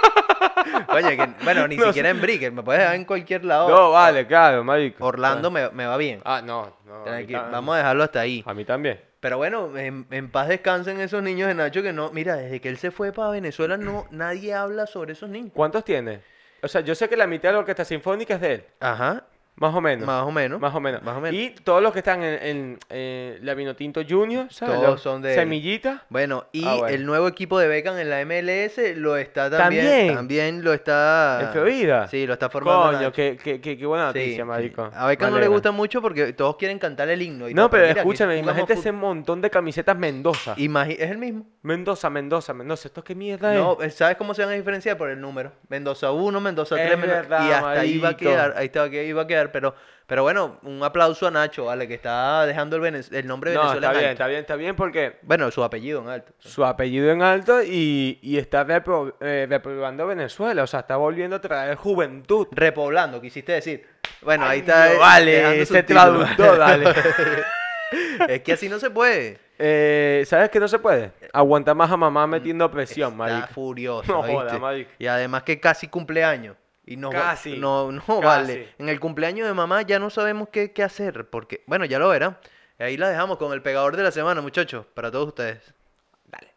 Speaker 5: Coño, que- bueno, ni
Speaker 6: No
Speaker 5: siquiera en Bricker. Me puedes dejar en cualquier lado.
Speaker 6: No, vale, claro, marico.
Speaker 5: Orlando me, me va bien.
Speaker 6: Ah, no, no. a mí
Speaker 5: Tranquilo,
Speaker 6: tam-
Speaker 5: vamos a dejarlo hasta ahí.
Speaker 6: A mí también.
Speaker 5: Pero bueno, en, en paz descansen esos niños de Nacho que no. Mira, desde que él se fue para Venezuela, no nadie habla sobre esos niños.
Speaker 6: ¿Cuántos tiene? O sea, yo sé que la mitad de la orquesta sinfónica es de él.
Speaker 5: Ajá,
Speaker 6: Más o menos.
Speaker 5: más o menos.
Speaker 6: Más o menos.
Speaker 5: Más o menos.
Speaker 6: Y todos los que están en, en eh, la Vinotinto Junior, ¿sabes?
Speaker 5: Todos
Speaker 6: Los
Speaker 5: son de él.
Speaker 6: Semillita.
Speaker 5: Bueno, y
Speaker 6: Ah, bueno.
Speaker 5: el nuevo equipo de Beckham en la MLS lo está también. También,
Speaker 6: También.
Speaker 5: lo está.
Speaker 6: ¿En Florida?
Speaker 5: Sí, lo está formando.
Speaker 6: Coño,
Speaker 5: Nacho.
Speaker 6: qué, qué, qué, qué buena
Speaker 5: Sí,
Speaker 6: noticia, marico.
Speaker 5: A Beckham
Speaker 6: Me
Speaker 5: no le
Speaker 6: alegra.
Speaker 5: gusta mucho porque todos quieren cantar el himno. y
Speaker 6: No,
Speaker 5: todo,
Speaker 6: pero
Speaker 5: mira, aquí
Speaker 6: escúchame,
Speaker 5: jugamos
Speaker 6: imagínate
Speaker 5: fut-
Speaker 6: ese montón de camisetas Mendoza.
Speaker 5: Imagi- es el mismo.
Speaker 6: Mendoza, Mendoza, Mendoza. ¿Esto qué mierda
Speaker 5: No,
Speaker 6: es?
Speaker 5: ¿sabes cómo se van a diferenciar? Por el número. Mendoza 1, Mendoza
Speaker 6: Es
Speaker 5: 3, Mendoza...
Speaker 6: verdad,
Speaker 5: y hasta ahí va a
Speaker 6: marico.
Speaker 5: quedar, ahí estaba que iba a quedar, pero pero bueno, un aplauso a Nacho, vale, que está dejando el, Venez- el nombre de
Speaker 6: No,
Speaker 5: Venezuela
Speaker 6: está
Speaker 5: en
Speaker 6: bien,
Speaker 5: alto.
Speaker 6: está bien, está bien, porque
Speaker 5: Bueno, su apellido en alto.
Speaker 6: su apellido en alto y, y está repro- eh, reprobando Venezuela. O sea, está volviendo a traer juventud.
Speaker 5: Repoblando, quisiste decir. Bueno, ahí
Speaker 6: Ay,
Speaker 5: está.
Speaker 6: no,
Speaker 5: eh, dejando
Speaker 6: vale,
Speaker 5: su
Speaker 6: ese
Speaker 5: título.
Speaker 6: traductor, dale.
Speaker 5: Es que así no se puede.
Speaker 6: Eh, ¿Sabes qué no se puede? Aguanta más a mamá metiendo presión,
Speaker 5: Mm, Está
Speaker 6: marico.
Speaker 5: furioso.
Speaker 6: No joda,
Speaker 5: ¿oíste?
Speaker 6: marico.
Speaker 5: Y además que casi cumpleaños. Y no, va-
Speaker 6: Casi,
Speaker 5: no, no
Speaker 6: casi.
Speaker 5: vale. En el cumpleaños de mamá ya no sabemos qué, qué hacer. Porque, bueno, ya lo verán. Ahí la dejamos con el pegador de la semana, muchachos. Para todos ustedes.
Speaker 6: Dale.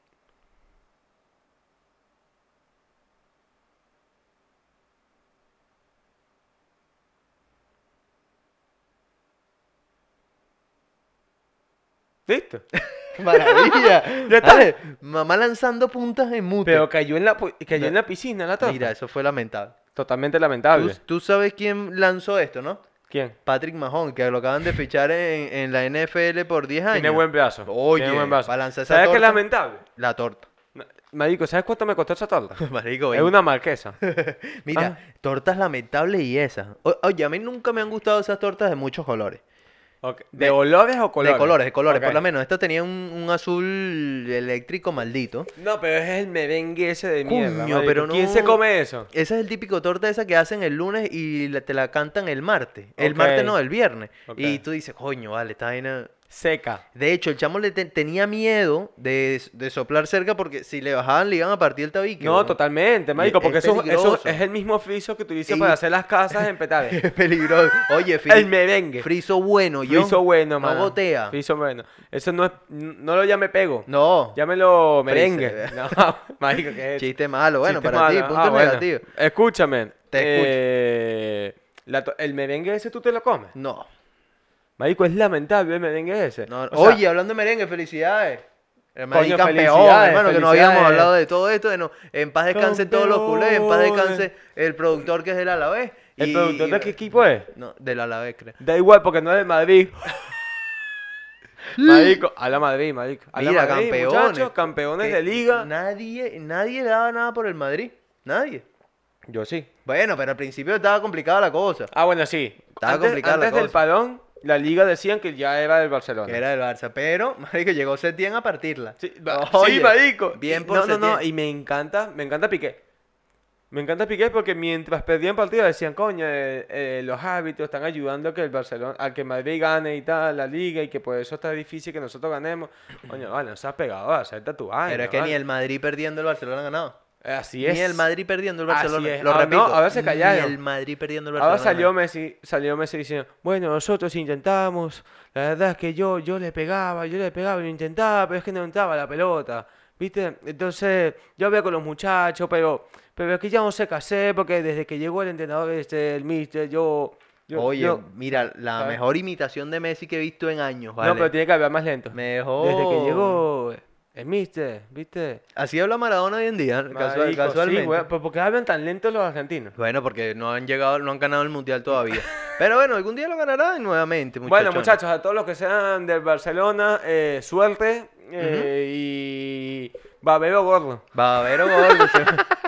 Speaker 6: ¿Listo?
Speaker 5: Maravilla.
Speaker 6: Ya está.
Speaker 5: Dale, mamá lanzando puntas en mute.
Speaker 6: Pero cayó en la, po- cayó
Speaker 5: Ya.
Speaker 6: en la piscina la taza.
Speaker 5: Mira, eso fue lamentable.
Speaker 6: Totalmente
Speaker 5: Tú,
Speaker 6: lamentable.
Speaker 5: tú sabes quién lanzó esto, ¿no?
Speaker 6: ¿Quién?
Speaker 5: Patrick Mahon, que lo acaban de fichar en, en la NFL por 10 años.
Speaker 6: Tiene buen brazo.
Speaker 5: Oye,
Speaker 6: tiene buen brazo.
Speaker 5: para lanzar esa
Speaker 6: ¿Sabes qué es
Speaker 5: torta?
Speaker 6: lamentable?
Speaker 5: La torta.
Speaker 6: Ma- Marico, ¿sabes cuánto me costó esa torta?
Speaker 5: Marico,
Speaker 6: es
Speaker 5: ven.
Speaker 6: una marquesa.
Speaker 5: Mira,
Speaker 6: Ah.
Speaker 5: tortas lamentables y esas. O- Oye, a mí nunca me han gustado esas tortas de muchos colores.
Speaker 6: Ok, ¿De olores o colores?
Speaker 5: De colores, de colores,
Speaker 6: Ok.
Speaker 5: por lo menos. Esta tenía un, un azul eléctrico maldito.
Speaker 6: No, pero es el merengue ese de mierda.
Speaker 5: Coño,
Speaker 6: marico.
Speaker 5: pero
Speaker 6: ¿Quién
Speaker 5: no-
Speaker 6: se come eso?
Speaker 5: Esa es el típico torta esa que hacen el lunes y la- te la cantan el martes. El
Speaker 6: Ok.
Speaker 5: martes no, el viernes.
Speaker 6: Ok.
Speaker 5: Y tú dices, coño, vale, esta vaina...
Speaker 6: Seca.
Speaker 5: De hecho, el chamo le te- tenía miedo de, de soplar cerca porque si le bajaban le iban a partir el tabique.
Speaker 6: No,
Speaker 5: weón.
Speaker 6: totalmente, marico,
Speaker 5: es
Speaker 6: porque eso, eso
Speaker 5: peligroso.
Speaker 6: es el mismo friso que utilizas
Speaker 5: Y-
Speaker 6: para hacer las casas en Petare.
Speaker 5: Es peligroso. Oye, fri-
Speaker 6: el merengue.
Speaker 5: friso bueno, yo.
Speaker 6: Friso bueno,
Speaker 5: No
Speaker 6: mano.
Speaker 5: gotea.
Speaker 6: Friso bueno. Eso no es... No lo llame pego.
Speaker 5: No.
Speaker 6: Llámelo
Speaker 5: Freezer.
Speaker 6: merengue. No, marico, ¿qué es?
Speaker 5: Chiste malo. Bueno,
Speaker 6: Eh, Chiste
Speaker 5: para ti,
Speaker 6: malo.
Speaker 5: punto
Speaker 6: Ah, bueno.
Speaker 5: negativo.
Speaker 6: Escúchame.
Speaker 5: Te escucho.
Speaker 6: eh, la to- el merengue ese tú te lo comes.
Speaker 5: No.
Speaker 6: Marico, es lamentable el merengue ese.
Speaker 5: no.
Speaker 6: O sea,
Speaker 5: Oye, hablando de merengue, felicidades. El Madrid
Speaker 6: Coño,
Speaker 5: campeón,
Speaker 6: felicidades,
Speaker 5: hermano, que no
Speaker 6: felicidades.
Speaker 5: habíamos hablado de todo esto. bueno, en paz descansen todos los culés, en paz
Speaker 6: Campeones.
Speaker 5: descanse el productor que es del Alavés.
Speaker 6: ¿El
Speaker 5: y-
Speaker 6: productor
Speaker 5: y-
Speaker 6: de qué equipo es?
Speaker 5: No, del Alavés, creo.
Speaker 6: Da igual porque no es de Madrid. marico, a la Madrid, marico. A la
Speaker 5: Mira,
Speaker 6: Madrid,
Speaker 5: campeones.
Speaker 6: muchachos, campeones
Speaker 5: Que
Speaker 6: de liga.
Speaker 5: Nadie, nadie daba nada por el Madrid. Nadie.
Speaker 6: Yo sí.
Speaker 5: Bueno, pero al principio estaba complicada la cosa.
Speaker 6: Ah, bueno, sí.
Speaker 5: Estaba
Speaker 6: antes
Speaker 5: complicada la
Speaker 6: antes del
Speaker 5: cosa.
Speaker 6: parón, la liga decían que ya era del Barcelona.
Speaker 5: Que era del Barça. Pero, marico, llegó Setién a partirla.
Speaker 6: Sí, ba-
Speaker 5: Oye,
Speaker 6: sí, marico.
Speaker 5: Bien
Speaker 6: Y-
Speaker 5: por
Speaker 6: No, no, no.
Speaker 5: Setién.
Speaker 6: Y me encanta, me encanta Piqué. Me encanta Piqué porque mientras perdían partidos decían, coño, eh, eh, los hábitos están ayudando a que el Barcelona, a que Madrid gane y tal, la liga, y que por eso está difícil que nosotros ganemos. Coño, vale, no seas pegado a hacer tatuajes.
Speaker 5: pero es que ni el Madrid perdiendo el Barcelona ganado.
Speaker 6: Así
Speaker 5: Ni
Speaker 6: Ah, es.
Speaker 5: el Madrid perdiendo el
Speaker 6: Así
Speaker 5: Barcelona.
Speaker 6: es.
Speaker 5: Lo
Speaker 6: Ah, no,
Speaker 5: repito.
Speaker 6: ahora se callaron.
Speaker 5: Ni el Madrid perdiendo el Barcelona.
Speaker 6: Ahora salió
Speaker 5: ganado.
Speaker 6: Messi, salió Messi diciendo, bueno, nosotros intentamos, la verdad es que yo, yo le pegaba, yo le pegaba, lo intentaba, pero es que no entraba la pelota, ¿viste? Entonces, yo hablé con los muchachos, pero, pero es que ya no sé qué hacer, porque desde que llegó el entrenador, este, el mister, yo... yo-
Speaker 5: Oye,
Speaker 6: yo-
Speaker 5: mira, la
Speaker 6: ¿sabes?
Speaker 5: mejor imitación de Messi que he visto en años, ¿vale?
Speaker 6: No, pero tiene que hablar más lento.
Speaker 5: Mejor.
Speaker 6: Desde que llegó el mister, ¿viste?
Speaker 5: Así habla Maradona hoy en día, casual-
Speaker 6: Marico, sí,
Speaker 5: casualmente.
Speaker 6: güey, pero ¿por qué hablan tan lento los argentinos?
Speaker 5: Bueno, porque no han llegado, no han ganado el mundial todavía. Pero bueno, algún día lo ganarán nuevamente,
Speaker 6: Bueno,
Speaker 5: muchachones.
Speaker 6: muchachos, a todos los que sean del Barcelona, eh, suerte eh, y babeo gordo.
Speaker 5: Babero gol. dice.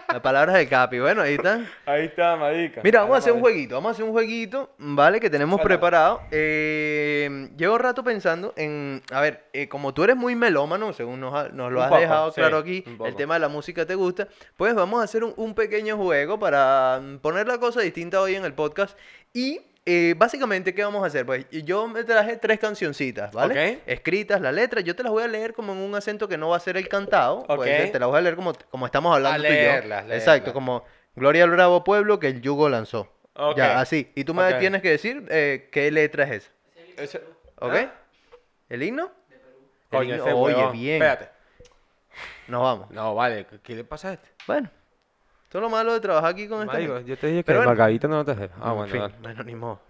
Speaker 5: Las palabras del Capi. Bueno, ahí están.
Speaker 6: Ahí está, marica.
Speaker 5: Mira, vamos a hacer un
Speaker 6: juego.
Speaker 5: jueguito, vamos a hacer un jueguito, ¿vale? Que tenemos
Speaker 6: Suéltalo.
Speaker 5: preparado. Eh, llevo rato pensando en, a ver, eh, como tú eres muy melómano, según nos, ha- nos lo
Speaker 6: Un
Speaker 5: has
Speaker 6: poco,
Speaker 5: dejado
Speaker 6: sí,
Speaker 5: claro aquí,
Speaker 6: un
Speaker 5: el
Speaker 6: poco.
Speaker 5: tema de la música te gusta, pues vamos a hacer un, un pequeño juego para mm, poner la cosa distinta hoy en el podcast. Y eh, básicamente, ¿qué vamos a hacer? Pues yo me traje tres cancioncitas, ¿vale?
Speaker 6: Ok.
Speaker 5: Escritas, la letra, yo te las voy a leer como en un acento que no va a ser el cantado, pues,
Speaker 6: Ok.
Speaker 5: te las voy a leer como, como estamos hablando tú y yo.
Speaker 6: leerlas,
Speaker 5: Exacto,
Speaker 6: leerlas.
Speaker 5: como Gloria al Bravo Pueblo que el yugo lanzó.
Speaker 6: Ok.
Speaker 5: Ya, así. Y tú me
Speaker 6: Ok.
Speaker 5: tienes que decir eh, qué letra es esa. ¿Ok?
Speaker 6: ¿Ah?
Speaker 5: ¿El himno? El
Speaker 6: Coño,
Speaker 5: himno.
Speaker 6: ese
Speaker 5: Oye,
Speaker 6: huevón.
Speaker 5: bien.
Speaker 6: Espérate.
Speaker 5: Nos vamos.
Speaker 6: No, vale, ¿qué- ¿qué le pasa a este?
Speaker 5: Bueno. Esto es lo malo de trabajar aquí con este.
Speaker 6: Marico,
Speaker 5: gente.
Speaker 6: yo te dije que
Speaker 5: Pero
Speaker 6: el
Speaker 5: bueno.
Speaker 6: marcadito no lo traje. Ah,
Speaker 5: En
Speaker 6: bueno,
Speaker 5: fin,
Speaker 6: dale.
Speaker 5: bueno, ni modo.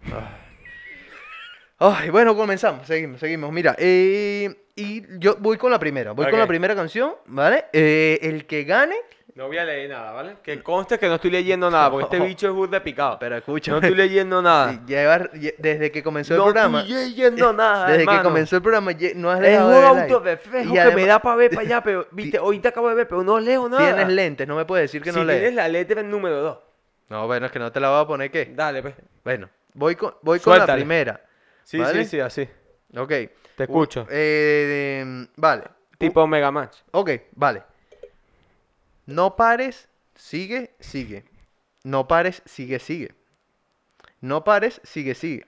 Speaker 5: Ay, bueno, comenzamos. Seguimos, seguimos. Mira, eh, y yo voy con la primera. Voy con
Speaker 6: Ok.
Speaker 5: la primera canción, ¿vale? Eh, el que gane.
Speaker 6: No voy a leer nada, ¿vale? Que conste que no estoy leyendo nada, porque este
Speaker 5: No.
Speaker 6: bicho es burda de picado.
Speaker 5: Pero escucha.
Speaker 6: No estoy leyendo nada.
Speaker 5: Llevar, lle- desde que comenzó el
Speaker 6: no
Speaker 5: programa.
Speaker 6: estoy leyendo nada,
Speaker 5: Desde
Speaker 6: hermano.
Speaker 5: que comenzó el programa ye- no has
Speaker 6: Es
Speaker 5: dejado
Speaker 6: un
Speaker 5: de ver ahí.
Speaker 6: autodefejo
Speaker 5: Y
Speaker 6: que me
Speaker 5: además-
Speaker 6: da para ver para allá, pero, viste, ahorita acabo de ver, pero no leo nada.
Speaker 5: Tienes lentes, no me puedes decir que
Speaker 6: si
Speaker 5: no lees.
Speaker 6: tienes la letra número 2.
Speaker 5: No, bueno, es que no te la voy a poner qué.
Speaker 6: Dale, pues.
Speaker 5: Bueno, voy con, voy con la
Speaker 6: Suéltale.
Speaker 5: primera.
Speaker 6: Sí,
Speaker 5: ¿vale?
Speaker 6: sí, sí, así.
Speaker 5: Ok.
Speaker 6: Te escucho.
Speaker 5: Eh, em, vale.
Speaker 6: Tipo Mega Match.
Speaker 5: Ok, vale. No pares, sigue, sigue. No pares, sigue, sigue. No pares, sigue, sigue.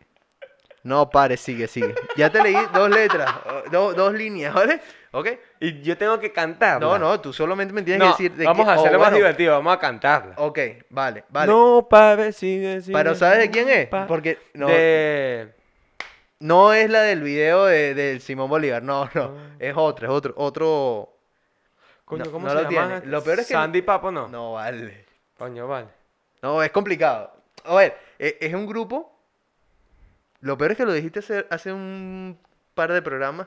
Speaker 5: No pares, sigue, sigue. Ya te leí dos letras, o- do- dos líneas, ¿vale? Ok.
Speaker 6: Y yo tengo que cantar.
Speaker 5: No, no, tú solamente me tienes
Speaker 6: No,
Speaker 5: que decir de
Speaker 6: vamos
Speaker 5: qué-
Speaker 6: a
Speaker 5: o
Speaker 6: hacerlo más
Speaker 5: bueno,
Speaker 6: divertido, vamos a cantarla.
Speaker 5: Ok, vale, vale.
Speaker 6: No, padre, sigue, sigue.
Speaker 5: Pero ¿sabes de quién es?
Speaker 6: Pa-
Speaker 5: Porque no,
Speaker 6: De...
Speaker 5: no es la del video de, del Simón Bolívar, no, no,
Speaker 6: Ah.
Speaker 5: es otra, es otro, otro...
Speaker 6: Coño,
Speaker 5: No,
Speaker 6: ¿cómo
Speaker 5: no
Speaker 6: se
Speaker 5: lo
Speaker 6: llama?
Speaker 5: tiene. Lo peor es que-
Speaker 6: Sandy Papo no.
Speaker 5: No vale,
Speaker 6: Coño, vale.
Speaker 5: no, es complicado. A ver, e- es, un grupo, lo peor es que lo dijiste hace, hace un par de programas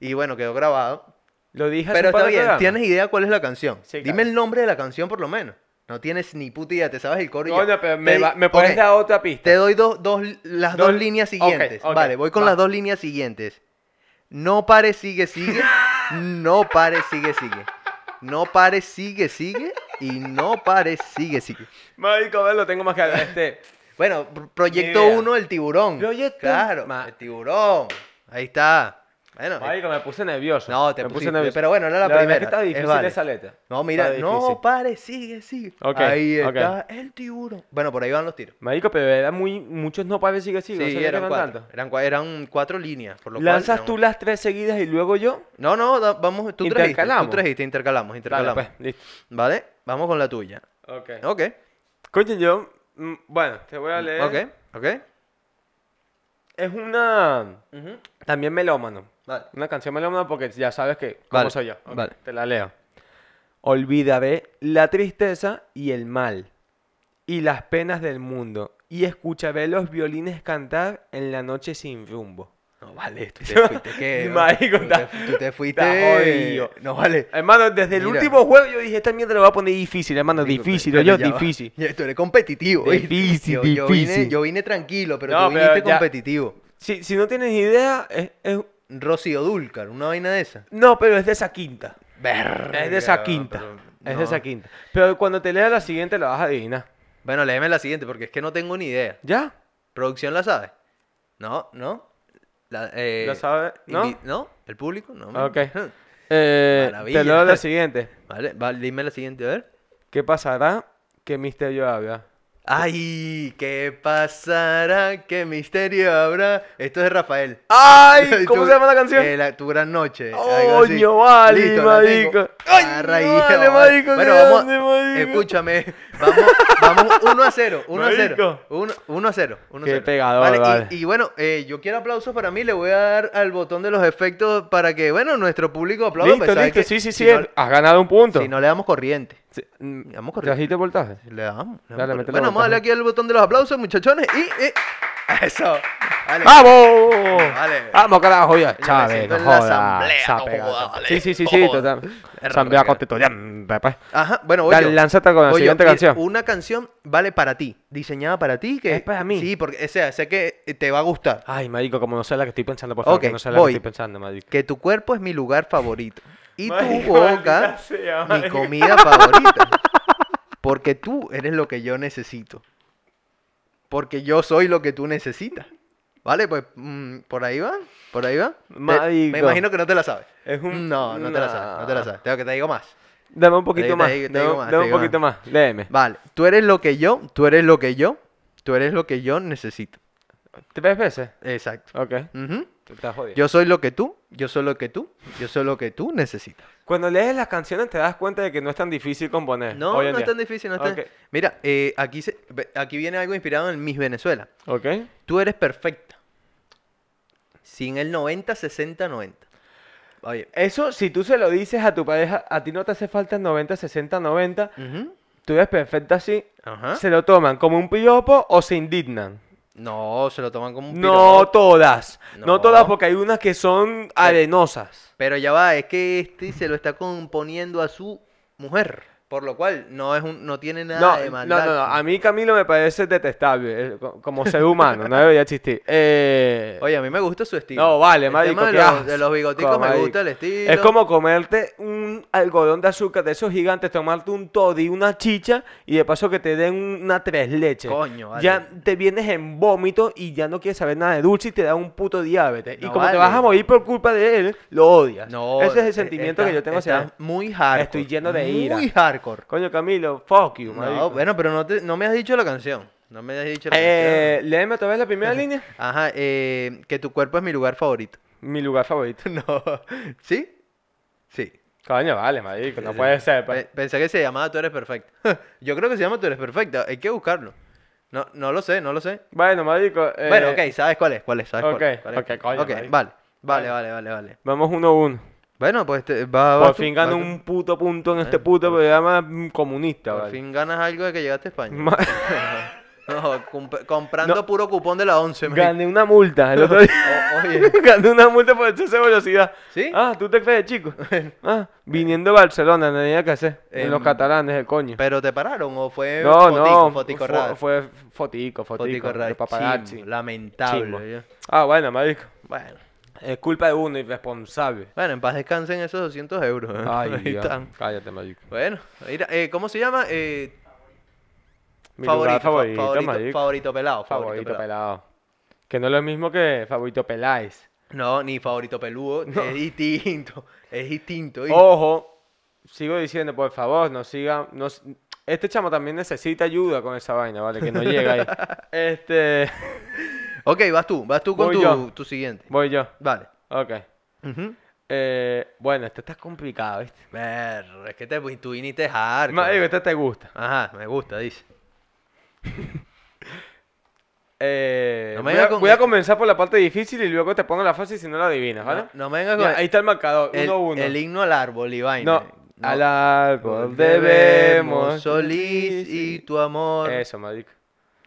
Speaker 5: Y bueno, quedó grabado.
Speaker 6: Lo dije hace
Speaker 5: Pero
Speaker 6: un par
Speaker 5: está
Speaker 6: de
Speaker 5: bien,
Speaker 6: programas.
Speaker 5: ¿tienes idea cuál es la canción?
Speaker 6: Sí,
Speaker 5: Dime
Speaker 6: claro.
Speaker 5: el nombre de la canción por lo menos. No tienes ni puta idea, te sabes el coro y ya.
Speaker 6: Coño, pero me,
Speaker 5: Te-
Speaker 6: va- me pones
Speaker 5: ok,
Speaker 6: la otra pista.
Speaker 5: Te doy dos, dos, las dos,
Speaker 6: Dos-
Speaker 5: líneas
Speaker 6: ok,
Speaker 5: siguientes.
Speaker 6: ok,
Speaker 5: vale, voy con
Speaker 6: va.
Speaker 5: las dos líneas siguientes. No pare, sigue, sigue. no pare, sigue, sigue. No pare, sigue, sigue. Y no pare, sigue, sigue.
Speaker 6: Marico, a ver, lo tengo más claro. Este,
Speaker 5: Bueno, pr- proyecto
Speaker 6: Ni idea.
Speaker 5: 1, el tiburón.
Speaker 6: Proyecto-
Speaker 5: Claro,
Speaker 6: Ma-
Speaker 5: el tiburón. Ahí está. Bueno,
Speaker 6: marico, me puse nervioso.
Speaker 5: No, te
Speaker 6: me
Speaker 5: pusiste, pero bueno, era la
Speaker 6: verdad
Speaker 5: primera,
Speaker 6: Es que está
Speaker 5: es
Speaker 6: difícil
Speaker 5: vale.
Speaker 6: esa letra.
Speaker 5: no, mira,
Speaker 6: Está difícil.
Speaker 5: no pare, sigue, sigue.
Speaker 6: Ok,
Speaker 5: Ahí
Speaker 6: ok.
Speaker 5: está el tiburón. Bueno, por ahí van los tiros.
Speaker 6: Marico, pero eran muy, muchos no pares sigue sigue. no
Speaker 5: sí,
Speaker 6: sabía que
Speaker 5: eran
Speaker 6: eran
Speaker 5: cuatro.
Speaker 6: tantos.
Speaker 5: Eran, cua- eran cuatro líneas. Por lo cual
Speaker 6: Lanzas
Speaker 5: eran-
Speaker 6: tú las tres seguidas y luego yo.
Speaker 5: No, no, da- vamos, tú trajiste, tú
Speaker 6: Intercalamos.
Speaker 5: trajiste, intercalamos,
Speaker 6: Dale,
Speaker 5: intercalamos.
Speaker 6: pues, listo.
Speaker 5: ¿Vale? Vamos con la tuya.
Speaker 6: Ok.
Speaker 5: Ok,
Speaker 6: Coño, yo. mm, Bueno, te voy a leer.
Speaker 5: ok, ok.
Speaker 6: Es una. También melómano. Una canción melómana porque ya sabes que. ¿Cómo
Speaker 5: Vale,
Speaker 6: soy yo? Ok,
Speaker 5: vale.
Speaker 6: Te la leo. Olvídame la tristeza y el mal. Y las penas del mundo. Y escucharé los violines cantar en la noche sin rumbo.
Speaker 5: No vale, tú te fuiste, ¿qué?
Speaker 6: Marico,
Speaker 5: tú,
Speaker 6: está-
Speaker 5: te, tú te
Speaker 6: está
Speaker 5: fuiste...
Speaker 6: jodido.
Speaker 5: No vale.
Speaker 6: Hermano, desde el
Speaker 5: Mira.
Speaker 6: último juego yo dije, esta mierda la voy a poner difícil, hermano, difícil,
Speaker 5: Pero
Speaker 6: yo
Speaker 5: ya va.
Speaker 6: difícil.
Speaker 5: Ya, Tú eres competitivo. ¿oíste?
Speaker 6: Difícil,
Speaker 5: yo, yo vine-
Speaker 6: difícil.
Speaker 5: yo vine tranquilo, pero
Speaker 6: No,
Speaker 5: tú
Speaker 6: pero
Speaker 5: viniste
Speaker 6: ya-
Speaker 5: competitivo.
Speaker 6: Si, si no tienes idea, es, es-
Speaker 5: Rocío Dúlcar, una vaina de esa.
Speaker 6: No, pero es de esa quinta.
Speaker 5: Verga,
Speaker 6: Es de esa quinta.
Speaker 5: pero
Speaker 6: Es
Speaker 5: no.
Speaker 6: de esa quinta. Pero cuando te lea la siguiente la vas a adivinar.
Speaker 5: Bueno, léeme la siguiente porque es que no tengo ni idea.
Speaker 6: ¿Ya?
Speaker 5: ¿Producción la sabe? No, no. La, eh,
Speaker 6: ¿La sabe? ¿No? Ah,
Speaker 5: invi- ¿No? ¿El público? No.
Speaker 6: Ok.
Speaker 5: me-
Speaker 6: Eh,
Speaker 5: Maravilla.
Speaker 6: te leo la siguiente.
Speaker 5: Vale, vale, dime la siguiente, a ver.
Speaker 6: ¿Qué pasará que Misterio habla?
Speaker 5: Ay, ¿qué pasará? ¿Qué misterio habrá? Esto es de Rafael.
Speaker 6: ¡Ay! ¿Cómo
Speaker 5: Tu-
Speaker 6: se llama la canción?
Speaker 5: eh, la- tu gran noche. algo así.
Speaker 6: ¡Coño, vale,
Speaker 5: Listo, la tengo.
Speaker 6: marico! ¡Ay,
Speaker 5: Ah, raíz,
Speaker 6: vale,
Speaker 5: vale.
Speaker 6: marico!
Speaker 5: Bueno,
Speaker 6: qué
Speaker 5: vamos.
Speaker 6: grande, marico.
Speaker 5: Escúchame. Vamos, vamos 1 a 0. 1 a 0.
Speaker 6: Marico.
Speaker 5: 1 a 0. 1 a
Speaker 6: Qué
Speaker 5: 0.
Speaker 6: pegador,
Speaker 5: y-
Speaker 6: vale.
Speaker 5: Y, bueno, eh, yo quiero aplausos para mí. Le voy a dar al botón de los efectos para que, bueno, nuestro público aplaude. a
Speaker 6: Listo,
Speaker 5: pesar
Speaker 6: listo,
Speaker 5: que
Speaker 6: sí, sí, sí.
Speaker 5: Si no,
Speaker 6: Has ganado un punto.
Speaker 5: si no le damos corriente.
Speaker 6: Sí, mm,
Speaker 5: Vamos corriendo.
Speaker 6: ¿Trajiste voltaje?
Speaker 5: Le damos. le damos
Speaker 6: Dale,
Speaker 5: corriente.
Speaker 6: métele
Speaker 5: bueno, vamos a darle
Speaker 6: botón.
Speaker 5: aquí al botón de los aplausos, muchachones. Y. eh, eso. Vale.
Speaker 6: ¡Vamos!
Speaker 5: Vale.
Speaker 6: ¡Vamos, carajo! Ya,
Speaker 5: me
Speaker 6: Chávez,
Speaker 5: siento
Speaker 6: no
Speaker 5: en la
Speaker 6: jodas,
Speaker 5: asamblea,
Speaker 6: esa
Speaker 5: no
Speaker 6: pegada.
Speaker 5: jodas, vale.
Speaker 6: Sí, sí, sí, sí,
Speaker 5: Joda.
Speaker 6: total.
Speaker 5: Es
Speaker 6: Asamblea
Speaker 5: raro,
Speaker 6: constituyente, pues.
Speaker 5: Ajá, bueno, voy
Speaker 6: Dale,
Speaker 5: yo.
Speaker 6: lánzate con la
Speaker 5: Voy yo.
Speaker 6: siguiente
Speaker 5: Mira,
Speaker 6: canción.
Speaker 5: Una canción vale para ti, diseñada para ti. Que,
Speaker 6: Es para mí.
Speaker 5: Sí, porque, o sea, sé que te va a gustar.
Speaker 6: Ay, marico, como no sé la que estoy pensando, por favor,
Speaker 5: Ok,
Speaker 6: que no sé la
Speaker 5: voy.
Speaker 6: que estoy pensando, marico.
Speaker 5: Que tu cuerpo es mi lugar favorito. Y tu
Speaker 6: Marico,
Speaker 5: boca,
Speaker 6: maldita sea,
Speaker 5: mi
Speaker 6: marico.
Speaker 5: comida favorita. Porque tú eres lo que yo necesito. Porque yo soy lo que tú necesitas. Vale, pues mm, por ahí va, por ahí va. Te-
Speaker 6: Marico.
Speaker 5: me imagino que no te la sabes.
Speaker 6: Es un-
Speaker 5: No, no te la sabes, no te la
Speaker 6: no.
Speaker 5: sabes. Tengo que te digo más.
Speaker 6: Dame un
Speaker 5: Te- te
Speaker 6: poquito más.
Speaker 5: digo- te
Speaker 6: Dame
Speaker 5: digo
Speaker 6: un-
Speaker 5: más,
Speaker 6: dame
Speaker 5: te
Speaker 6: un
Speaker 5: digo
Speaker 6: poquito más. Léeme.
Speaker 5: Vale, tú eres lo que yo, tú eres lo que yo, tú eres lo que yo necesito.
Speaker 6: ¿Tres veces?
Speaker 5: Exacto.
Speaker 6: Ok.
Speaker 5: Ujú.
Speaker 6: Te estás jodido.
Speaker 5: Yo soy lo que tú, yo soy lo que tú, yo soy lo que tú necesitas.
Speaker 6: Cuando lees las canciones te das cuenta de que no es tan difícil componer.
Speaker 5: No,
Speaker 6: hoy en
Speaker 5: no es
Speaker 6: día.
Speaker 5: tan difícil, no es tan-
Speaker 6: Ok.
Speaker 5: Mira, eh, aquí, se- ve- aquí viene algo inspirado en Miss Venezuela.
Speaker 6: Ok.
Speaker 5: Tú eres perfecta. Sin el 90, 60, 90. Oye.
Speaker 6: Eso, si tú se lo dices a tu pareja, a ti no te hace falta el 90, 60, 90,
Speaker 5: ujú,
Speaker 6: tú eres perfecta así,
Speaker 5: Ajá.
Speaker 6: se lo toman como un piropo o se indignan.
Speaker 5: No, se lo toman como
Speaker 6: No
Speaker 5: un piropo.
Speaker 6: todas. No.
Speaker 5: No.
Speaker 6: todas porque hay unas que son arenosas.
Speaker 5: Pero ya va, es que este se lo está componiendo a su mujer. Por lo cual, no, es un, no tiene nada
Speaker 6: No,
Speaker 5: de
Speaker 6: no,
Speaker 5: maldad.
Speaker 6: no, no, A mí Camilo me parece detestable eh, co- como ser humano. no debería existir. Eh,
Speaker 5: Oye, a mí me gusta su estilo.
Speaker 6: no, vale,
Speaker 5: El
Speaker 6: marico.
Speaker 5: tema de,
Speaker 6: qué
Speaker 5: los, de los
Speaker 6: asco,
Speaker 5: bigoticos me
Speaker 6: marico.
Speaker 5: gusta el estilo.
Speaker 6: Es como comerte un algodón de azúcar de esos gigantes, tomarte un toddy, una chicha y de paso que te den una tres leches.
Speaker 5: Coño, vale.
Speaker 6: Ya te vienes en vómito y ya no quieres saber nada de dulce y te da un puto diabetes. y
Speaker 5: No
Speaker 6: como te
Speaker 5: vale.
Speaker 6: vas a morir por culpa de él, lo odias.
Speaker 5: No,
Speaker 6: Ese es el
Speaker 5: eh,
Speaker 6: sentimiento que
Speaker 5: está-
Speaker 6: yo tengo hacia
Speaker 5: está
Speaker 6: él.
Speaker 5: muy hardcore.
Speaker 6: Estoy lleno de ira.
Speaker 5: Muy hardcore.
Speaker 6: Coño, Camilo, fuck you, marico.
Speaker 5: No, bueno, pero no, te- no me has dicho la canción. No me has dicho la
Speaker 6: Eh, léeme otra vez la primera línea.
Speaker 5: canción. Ajá, eh, que tu cuerpo es mi lugar favorito.
Speaker 6: Mi lugar favorito.
Speaker 5: no. ¿Sí? Sí.
Speaker 6: Coño, vale, marico, no
Speaker 5: Sí.
Speaker 6: puede ser. pues.
Speaker 5: Pe- Pensé que se llamaba Tú eres perfecta. Yo creo que se llama Tú eres perfecta. Hay que buscarlo. No, no lo sé, no lo sé.
Speaker 6: Bueno, marico. eh,
Speaker 5: Bueno, ok, ¿sabes cuál es? ¿Cuál es? ¿Sabes cuál es?
Speaker 6: ok,
Speaker 5: ¿Cuál es?
Speaker 6: ok, coño,
Speaker 5: Ok,
Speaker 6: marico.
Speaker 5: vale. Vale, vale, vale, vale.
Speaker 6: Vamos uno a uno.
Speaker 5: Bueno, pues te, va,
Speaker 6: Por
Speaker 5: vas tú,
Speaker 6: fin gano
Speaker 5: vas tú.
Speaker 6: un puto punto en este
Speaker 5: Bueno,
Speaker 6: puto
Speaker 5: por
Speaker 6: programa mm, comunista,
Speaker 5: Por
Speaker 6: vale.
Speaker 5: fin ganas algo de que llegaste a España.
Speaker 6: Ma-
Speaker 5: No, comp- comprando
Speaker 6: No.
Speaker 5: puro cupón de la 11. marico.
Speaker 6: Gané una multa el otro día.
Speaker 5: O- oye,
Speaker 6: Gané una multa por exceso de velocidad.
Speaker 5: Oh, ¿Sí?
Speaker 6: Ah, ¿tú te crees, chico? Ah, viniendo a Barcelona, no tenía que hacer. En
Speaker 5: Em,
Speaker 6: los catalanes, el coño.
Speaker 5: ¿pero te pararon o fue
Speaker 6: No,
Speaker 5: fotico,
Speaker 6: no.
Speaker 5: fotico
Speaker 6: fue-
Speaker 5: rara?
Speaker 6: Fue fotico, fotico.
Speaker 5: rara,
Speaker 6: de paparazzi.
Speaker 5: chimbo, lamentable.
Speaker 6: Chimbo.
Speaker 5: oye.
Speaker 6: Ah, bueno, marico.
Speaker 5: Bueno,
Speaker 6: Es culpa de uno, irresponsable.
Speaker 5: bueno, en paz descansen esos 200 euros. ¿eh?
Speaker 6: Ay,
Speaker 5: Ahí
Speaker 6: Dios.
Speaker 5: están.
Speaker 6: Cállate, marico.
Speaker 5: Bueno, mira, eh, ¿cómo se llama? Eh,
Speaker 6: Mi
Speaker 5: favorito,
Speaker 6: lugar
Speaker 5: fa-
Speaker 6: favorito,
Speaker 5: favorito,
Speaker 6: marico.
Speaker 5: favorito pelado. Favorito,
Speaker 6: Favorito
Speaker 5: pelado.
Speaker 6: pelado. Que no es lo mismo que favorito peláis.
Speaker 5: No, ni favorito peludo, es distinto, es distinto.
Speaker 6: Oh.
Speaker 5: ¿oíste?
Speaker 6: Ojo, sigo diciendo, por favor, no sigan. no s- este chamo también necesita ayuda con esa vaina, ¿vale? Que no llega ahí. Este.
Speaker 5: Ok, vas tú, vas tú con
Speaker 6: Voy
Speaker 5: tu,
Speaker 6: yo.
Speaker 5: tu siguiente.
Speaker 6: Voy yo.
Speaker 5: Vale.
Speaker 6: Ok.
Speaker 5: Ujú.
Speaker 6: Eh, bueno, este está complicado, ¿viste?
Speaker 5: Ver, es que te, tú viniste hardcore.
Speaker 6: Ma- digo, este te gusta.
Speaker 5: Ajá, me gusta, dice.
Speaker 6: Eh,
Speaker 5: No me
Speaker 6: voy,
Speaker 5: vengas
Speaker 6: a,
Speaker 5: con
Speaker 6: voy a
Speaker 5: que-
Speaker 6: comenzar por la parte difícil y luego te pongo la fácil si no la adivinas, ¿vale?
Speaker 5: No, no me vengas
Speaker 6: Ya,
Speaker 5: con
Speaker 6: ahí está el marcador, 1-1.
Speaker 5: el, el himno al árbol y vaina.
Speaker 6: No, al árbol
Speaker 5: debemos,
Speaker 6: debemos.
Speaker 5: Solís y tu amor.
Speaker 6: Eso, marico.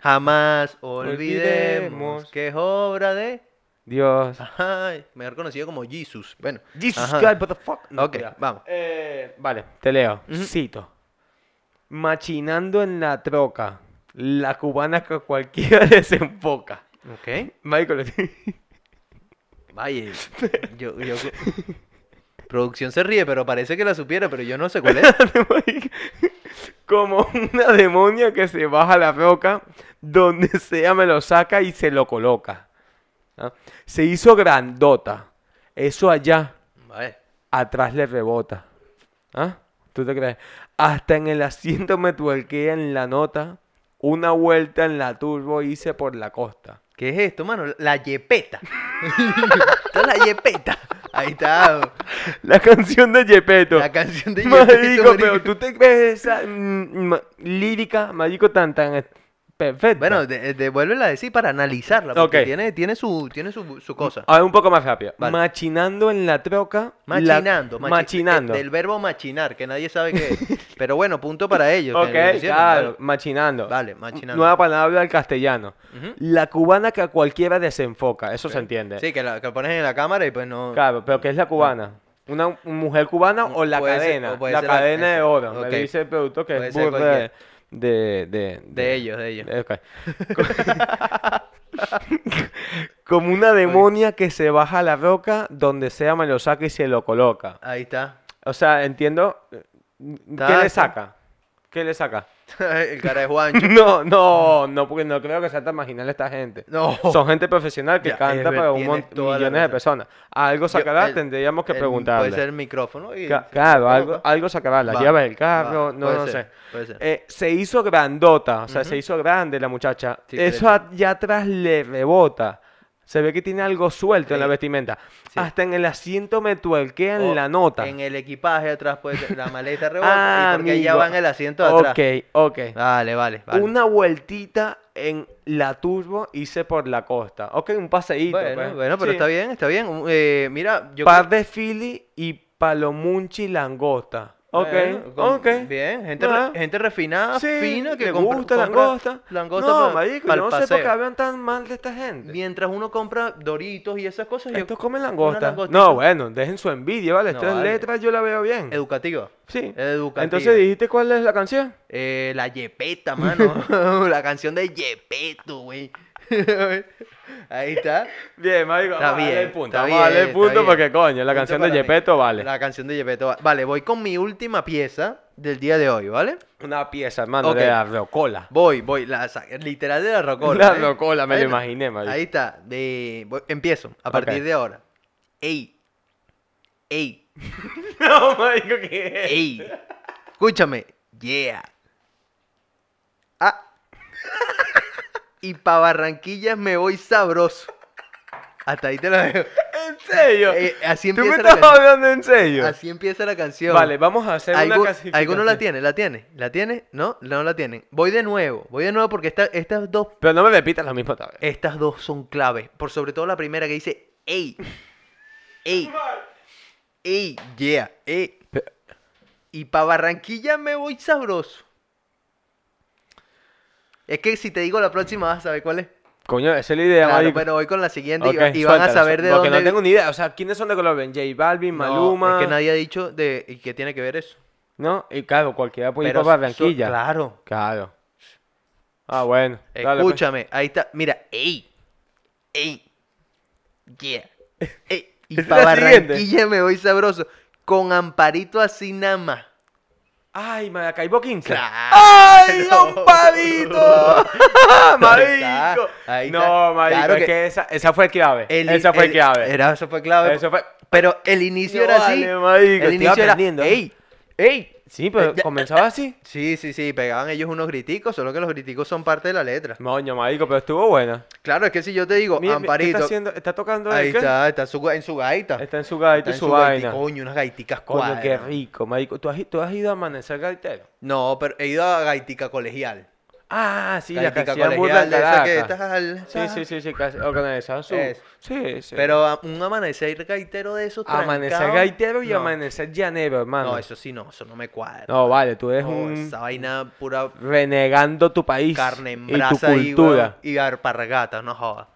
Speaker 5: Jamás olvidemos,
Speaker 6: Olvidemos.
Speaker 5: que es obra de.
Speaker 6: Dios.
Speaker 5: Ay, mejor conocido como Jesus. Bueno,
Speaker 6: Ah, Jesus
Speaker 5: ajá.
Speaker 6: God, what the fuck.
Speaker 5: Ok,
Speaker 6: cuidado.
Speaker 5: vamos.
Speaker 6: Eh, vale, te leo. Cito. Machinando en la troca, la cubana que cualquiera desemboca.
Speaker 5: Ok.
Speaker 6: Michael,
Speaker 5: Vaya, yo, yo- Producción se ríe, pero parece que la supiera, pero yo no sé cuál es.
Speaker 6: como una demonia que se baja la roca, donde sea me lo saca y se lo coloca. ¿Ah? Se hizo grandota. Eso allá,
Speaker 5: Vale.
Speaker 6: atrás le rebota. ¿Ah? ¿Tú te crees? Hasta en el asiento me tuerquea en la nota. Una vuelta en la turbo hice por la costa.
Speaker 5: ¿Qué es esto, mano? La yepeta. Esta es la yepeta. Ahí está.
Speaker 6: La canción de Gepetto.
Speaker 5: La canción de
Speaker 6: Marico,
Speaker 5: Gepetto,
Speaker 6: pero
Speaker 5: marico.
Speaker 6: tú te crees esa mm, ma- lírica, marico, tan tan eh, perfecta.
Speaker 5: Bueno, de- eh, devuélvela a decir para analizarla. Porque
Speaker 6: Ok.
Speaker 5: tiene, tiene su, tiene su, su cosa.
Speaker 6: a ver, un poco más rápido.
Speaker 5: Vale.
Speaker 6: Machinando en la troca. la-
Speaker 5: Machinando, machi-
Speaker 6: machinando.
Speaker 5: de- Del verbo machinar, que nadie sabe qué es. Pero bueno, punto para ellos.
Speaker 6: ok,
Speaker 5: que lo hicieron,
Speaker 6: claro,
Speaker 5: vale.
Speaker 6: machinando.
Speaker 5: Vale, machinando.
Speaker 6: Nueva palabra al castellano. La cubana que a cualquiera desenfoca, eso se entiende.
Speaker 5: Sí, que la que pones en la cámara y pues no.
Speaker 6: Claro, pero ¿qué es la cubana? ¿Una mujer cubana o la
Speaker 5: Puede ser-
Speaker 6: cadena?
Speaker 5: o puede
Speaker 6: la
Speaker 5: ser la-
Speaker 6: cadena de
Speaker 5: eso,
Speaker 6: oro.
Speaker 5: ok.
Speaker 6: Me dice el producto que
Speaker 5: Puede
Speaker 6: es
Speaker 5: ser
Speaker 6: burda de, de, de,
Speaker 5: De ellos, de ellos.
Speaker 6: Ok. Como una demonia que se baja a la roca, donde sea me lo saca y se lo coloca.
Speaker 5: Ahí está.
Speaker 6: O sea, entiendo. eh, ¿Qué
Speaker 5: Está-
Speaker 6: le saca? ¿Qué le saca?
Speaker 5: el cara de Juancho.
Speaker 6: No, no, no, porque no creo que sea tan marginal esta gente.
Speaker 5: No.
Speaker 6: Son gente profesional que
Speaker 5: Ya, es
Speaker 6: canta
Speaker 5: ver-
Speaker 6: para un
Speaker 5: tienes
Speaker 6: mon-
Speaker 5: toda la
Speaker 6: millones de
Speaker 5: razón.
Speaker 6: personas. Algo
Speaker 5: Yo-
Speaker 6: sacará,
Speaker 5: el-
Speaker 6: tendríamos que
Speaker 5: el-
Speaker 6: preguntarle.
Speaker 5: Puede ser el micrófono. Y,
Speaker 6: Ca- claro, algo, algo sacará, la
Speaker 5: Va,
Speaker 6: llave del carro,
Speaker 5: va,
Speaker 6: no,
Speaker 5: puede
Speaker 6: no
Speaker 5: ser,
Speaker 6: sé.
Speaker 5: puede ser.
Speaker 6: Eh, se hizo grandota, o sea, se hizo grande la muchacha.
Speaker 5: Sí,
Speaker 6: Eso
Speaker 5: creo
Speaker 6: allá atrás le rebota. Se ve que tiene algo suelto en la
Speaker 5: Sí.
Speaker 6: vestimenta.
Speaker 5: Sí.
Speaker 6: Hasta en el asiento me tuerquean
Speaker 5: O
Speaker 6: la nota.
Speaker 5: En el equipaje atrás puede ser la maleta rebota
Speaker 6: Ah,
Speaker 5: y porque allá
Speaker 6: amigo.
Speaker 5: va en el asiento de atrás.
Speaker 6: Ok, ok.
Speaker 5: Vale, vale, vale.
Speaker 6: Una vueltita en la turbo hice por la costa. Ok, un paseíto.
Speaker 5: bueno,
Speaker 6: pues.
Speaker 5: bueno, pero
Speaker 6: Sí.
Speaker 5: está bien, está bien. Un- eh, mira, yo
Speaker 6: Par de Philly y Palomunchi langosta. Ok,
Speaker 5: Bueno, con-
Speaker 6: ok.
Speaker 5: Bien, gente,
Speaker 6: Ah.
Speaker 5: re- gente refinada,
Speaker 6: Sí,
Speaker 5: fina, que
Speaker 6: le
Speaker 5: compra-
Speaker 6: gusta
Speaker 5: compra
Speaker 6: langosta.
Speaker 5: langosta
Speaker 6: no,
Speaker 5: para-
Speaker 6: marico,
Speaker 5: para
Speaker 6: yo
Speaker 5: el
Speaker 6: no sé por qué
Speaker 5: paseo.
Speaker 6: hablan tan mal de esta gente.
Speaker 5: Mientras uno compra doritos y esas cosas, yo-
Speaker 6: Estos comen
Speaker 5: una
Speaker 6: langosta.
Speaker 5: langostita
Speaker 6: No, bueno, dejen su envidia, ¿vale?
Speaker 5: No,
Speaker 6: Estas
Speaker 5: vale.
Speaker 6: letras yo la veo bien.
Speaker 5: Educativa.
Speaker 6: sí.
Speaker 5: educativa.
Speaker 6: Entonces dijiste cuál es la canción.
Speaker 5: Eh, la Yepeta, mano. la canción de Yepeto, güey. Ahí está.
Speaker 6: Bien, marico,
Speaker 5: Está
Speaker 6: vamos a darle
Speaker 5: bien,
Speaker 6: el punto.
Speaker 5: está
Speaker 6: Vamos a darle el
Speaker 5: bien,
Speaker 6: punto
Speaker 5: está bien.
Speaker 6: porque, coño, la
Speaker 5: Punto
Speaker 6: canción de
Speaker 5: para mí.
Speaker 6: Gepetto vale.
Speaker 5: La canción de Yepeto. va- Vale, voy con mi última pieza del día de hoy, ¿vale?
Speaker 6: Una pieza, hermano,
Speaker 5: Ok.
Speaker 6: de la rocola.
Speaker 5: Voy, voy. La, sa- literal de la rocola.
Speaker 6: La
Speaker 5: ¿eh?
Speaker 6: rocola, me lo
Speaker 5: Bueno,
Speaker 6: imaginé, marico.
Speaker 5: Ahí está. De... voy- empiezo, a partir
Speaker 6: Ok.
Speaker 5: de ahora. Ey. Ey.
Speaker 6: No, marico, ¿qué es?
Speaker 5: Ey. Escúchame. Yeah. Ah. Y pa' Barranquillas me voy sabroso. Hasta ahí te lo dejo.
Speaker 6: ¿En serio?
Speaker 5: Eh, así
Speaker 6: ¿Tú me
Speaker 5: empieza la
Speaker 6: estás
Speaker 5: canción.
Speaker 6: hablando en serio?
Speaker 5: Así empieza la canción.
Speaker 6: Vale, vamos a hacer una
Speaker 5: Algu-
Speaker 6: clasificación.
Speaker 5: ¿Alguno la tiene? ¿La tiene? ¿La tiene? ¿No? No la tienen. Voy de nuevo. Voy de nuevo porque esta- estas dos
Speaker 6: Pero no me repitas la misma otra vez.
Speaker 5: estas dos son claves. Por sobre todo la primera que dice, ey, ey, ey, yeah, ey. Y pa' Barranquilla me voy sabroso. Es que si te digo la próxima vas a saber cuál es.
Speaker 6: Coño, esa es la idea,
Speaker 5: Claro,
Speaker 6: marico.
Speaker 5: pero voy con la siguiente y
Speaker 6: Ok,
Speaker 5: va- y, van a
Speaker 6: suéltala,
Speaker 5: saber de
Speaker 6: porque
Speaker 5: dónde.
Speaker 6: no tengo ni idea. O sea, ¿quiénes son de color? Ven, J Balvin,
Speaker 5: No,
Speaker 6: Maluma.
Speaker 5: es que nadie ha dicho de y qué tiene que ver eso.
Speaker 6: ¿No? Y claro, cualquiera puede ir
Speaker 5: Pero
Speaker 6: para
Speaker 5: so-
Speaker 6: Barranquilla.
Speaker 5: claro.
Speaker 6: Claro. Ah, bueno. Dale, pues.
Speaker 5: Escúchame, ahí está. Mira, ey. Ey. Yeah. Ey. Y
Speaker 6: ¿Esta
Speaker 5: para
Speaker 6: es la siguiente?
Speaker 5: Barranquilla me voy sabroso. Con amparito así nada más.
Speaker 6: Ay, Maracaibo 15.
Speaker 5: ¡Ay,
Speaker 6: marico!
Speaker 5: ahí está.
Speaker 6: No, marico,
Speaker 5: Claro
Speaker 6: es
Speaker 5: que-
Speaker 6: que, esa, esa fue clave.
Speaker 5: El-
Speaker 6: esa fue
Speaker 5: el-
Speaker 6: clave.
Speaker 5: Era, eso fue clave.
Speaker 6: Eso fue...
Speaker 5: Pero el inicio
Speaker 6: No
Speaker 5: era así.
Speaker 6: vale, marico,
Speaker 5: el
Speaker 6: estoy
Speaker 5: inicio era.
Speaker 6: aprendiendo, ¿eh?
Speaker 5: ¡Ey! ¡Ey!
Speaker 6: Sí, pero
Speaker 5: Eh, ya-
Speaker 6: comenzaba así.
Speaker 5: Sí, sí, sí, pegaban ellos unos griticos, solo que los griticos son parte de la letra.
Speaker 6: Moño, marico, pero estuvo buena.
Speaker 5: Claro, es que si yo te digo,
Speaker 6: Mira, mira, ¿qué
Speaker 5: Oh, Amparito,
Speaker 6: Está, haciendo? ¿Está tocando el
Speaker 5: ahí
Speaker 6: qué?
Speaker 5: está, está su- en su gaita.
Speaker 6: Está en su gaita y
Speaker 5: Está
Speaker 6: su,
Speaker 5: en
Speaker 6: vaina.
Speaker 5: gaita, Coño, unas gaiticas
Speaker 6: Coño, qué
Speaker 5: cuadras.
Speaker 6: rico, marico. ¿Tú has, i- tú has ido a amanecer gaitero?
Speaker 5: No, pero he ido a gaitica colegial.
Speaker 6: Ah, sí, la que
Speaker 5: gaitica
Speaker 6: hacían burla
Speaker 5: colegial
Speaker 6: en
Speaker 5: de esa que
Speaker 6: Caracas.
Speaker 5: tal,
Speaker 6: Sí, sí, sí, sí, que hace- organizaban su...
Speaker 5: Es.
Speaker 6: Sí, sí.
Speaker 5: Pero a- un amanecer gaitero de esos
Speaker 6: Amanecer
Speaker 5: trancado,
Speaker 6: gaitero y
Speaker 5: no.
Speaker 6: amanecer llanero, hermano.
Speaker 5: No, eso sí no, eso no me cuadra.
Speaker 6: No, vale, tú eres
Speaker 5: No,
Speaker 6: un...
Speaker 5: esa vaina pura
Speaker 6: renegando tu país
Speaker 5: carne en
Speaker 6: y tu
Speaker 5: brasa ahí,
Speaker 6: cultura.
Speaker 5: weón, y arpargatas, no jodas.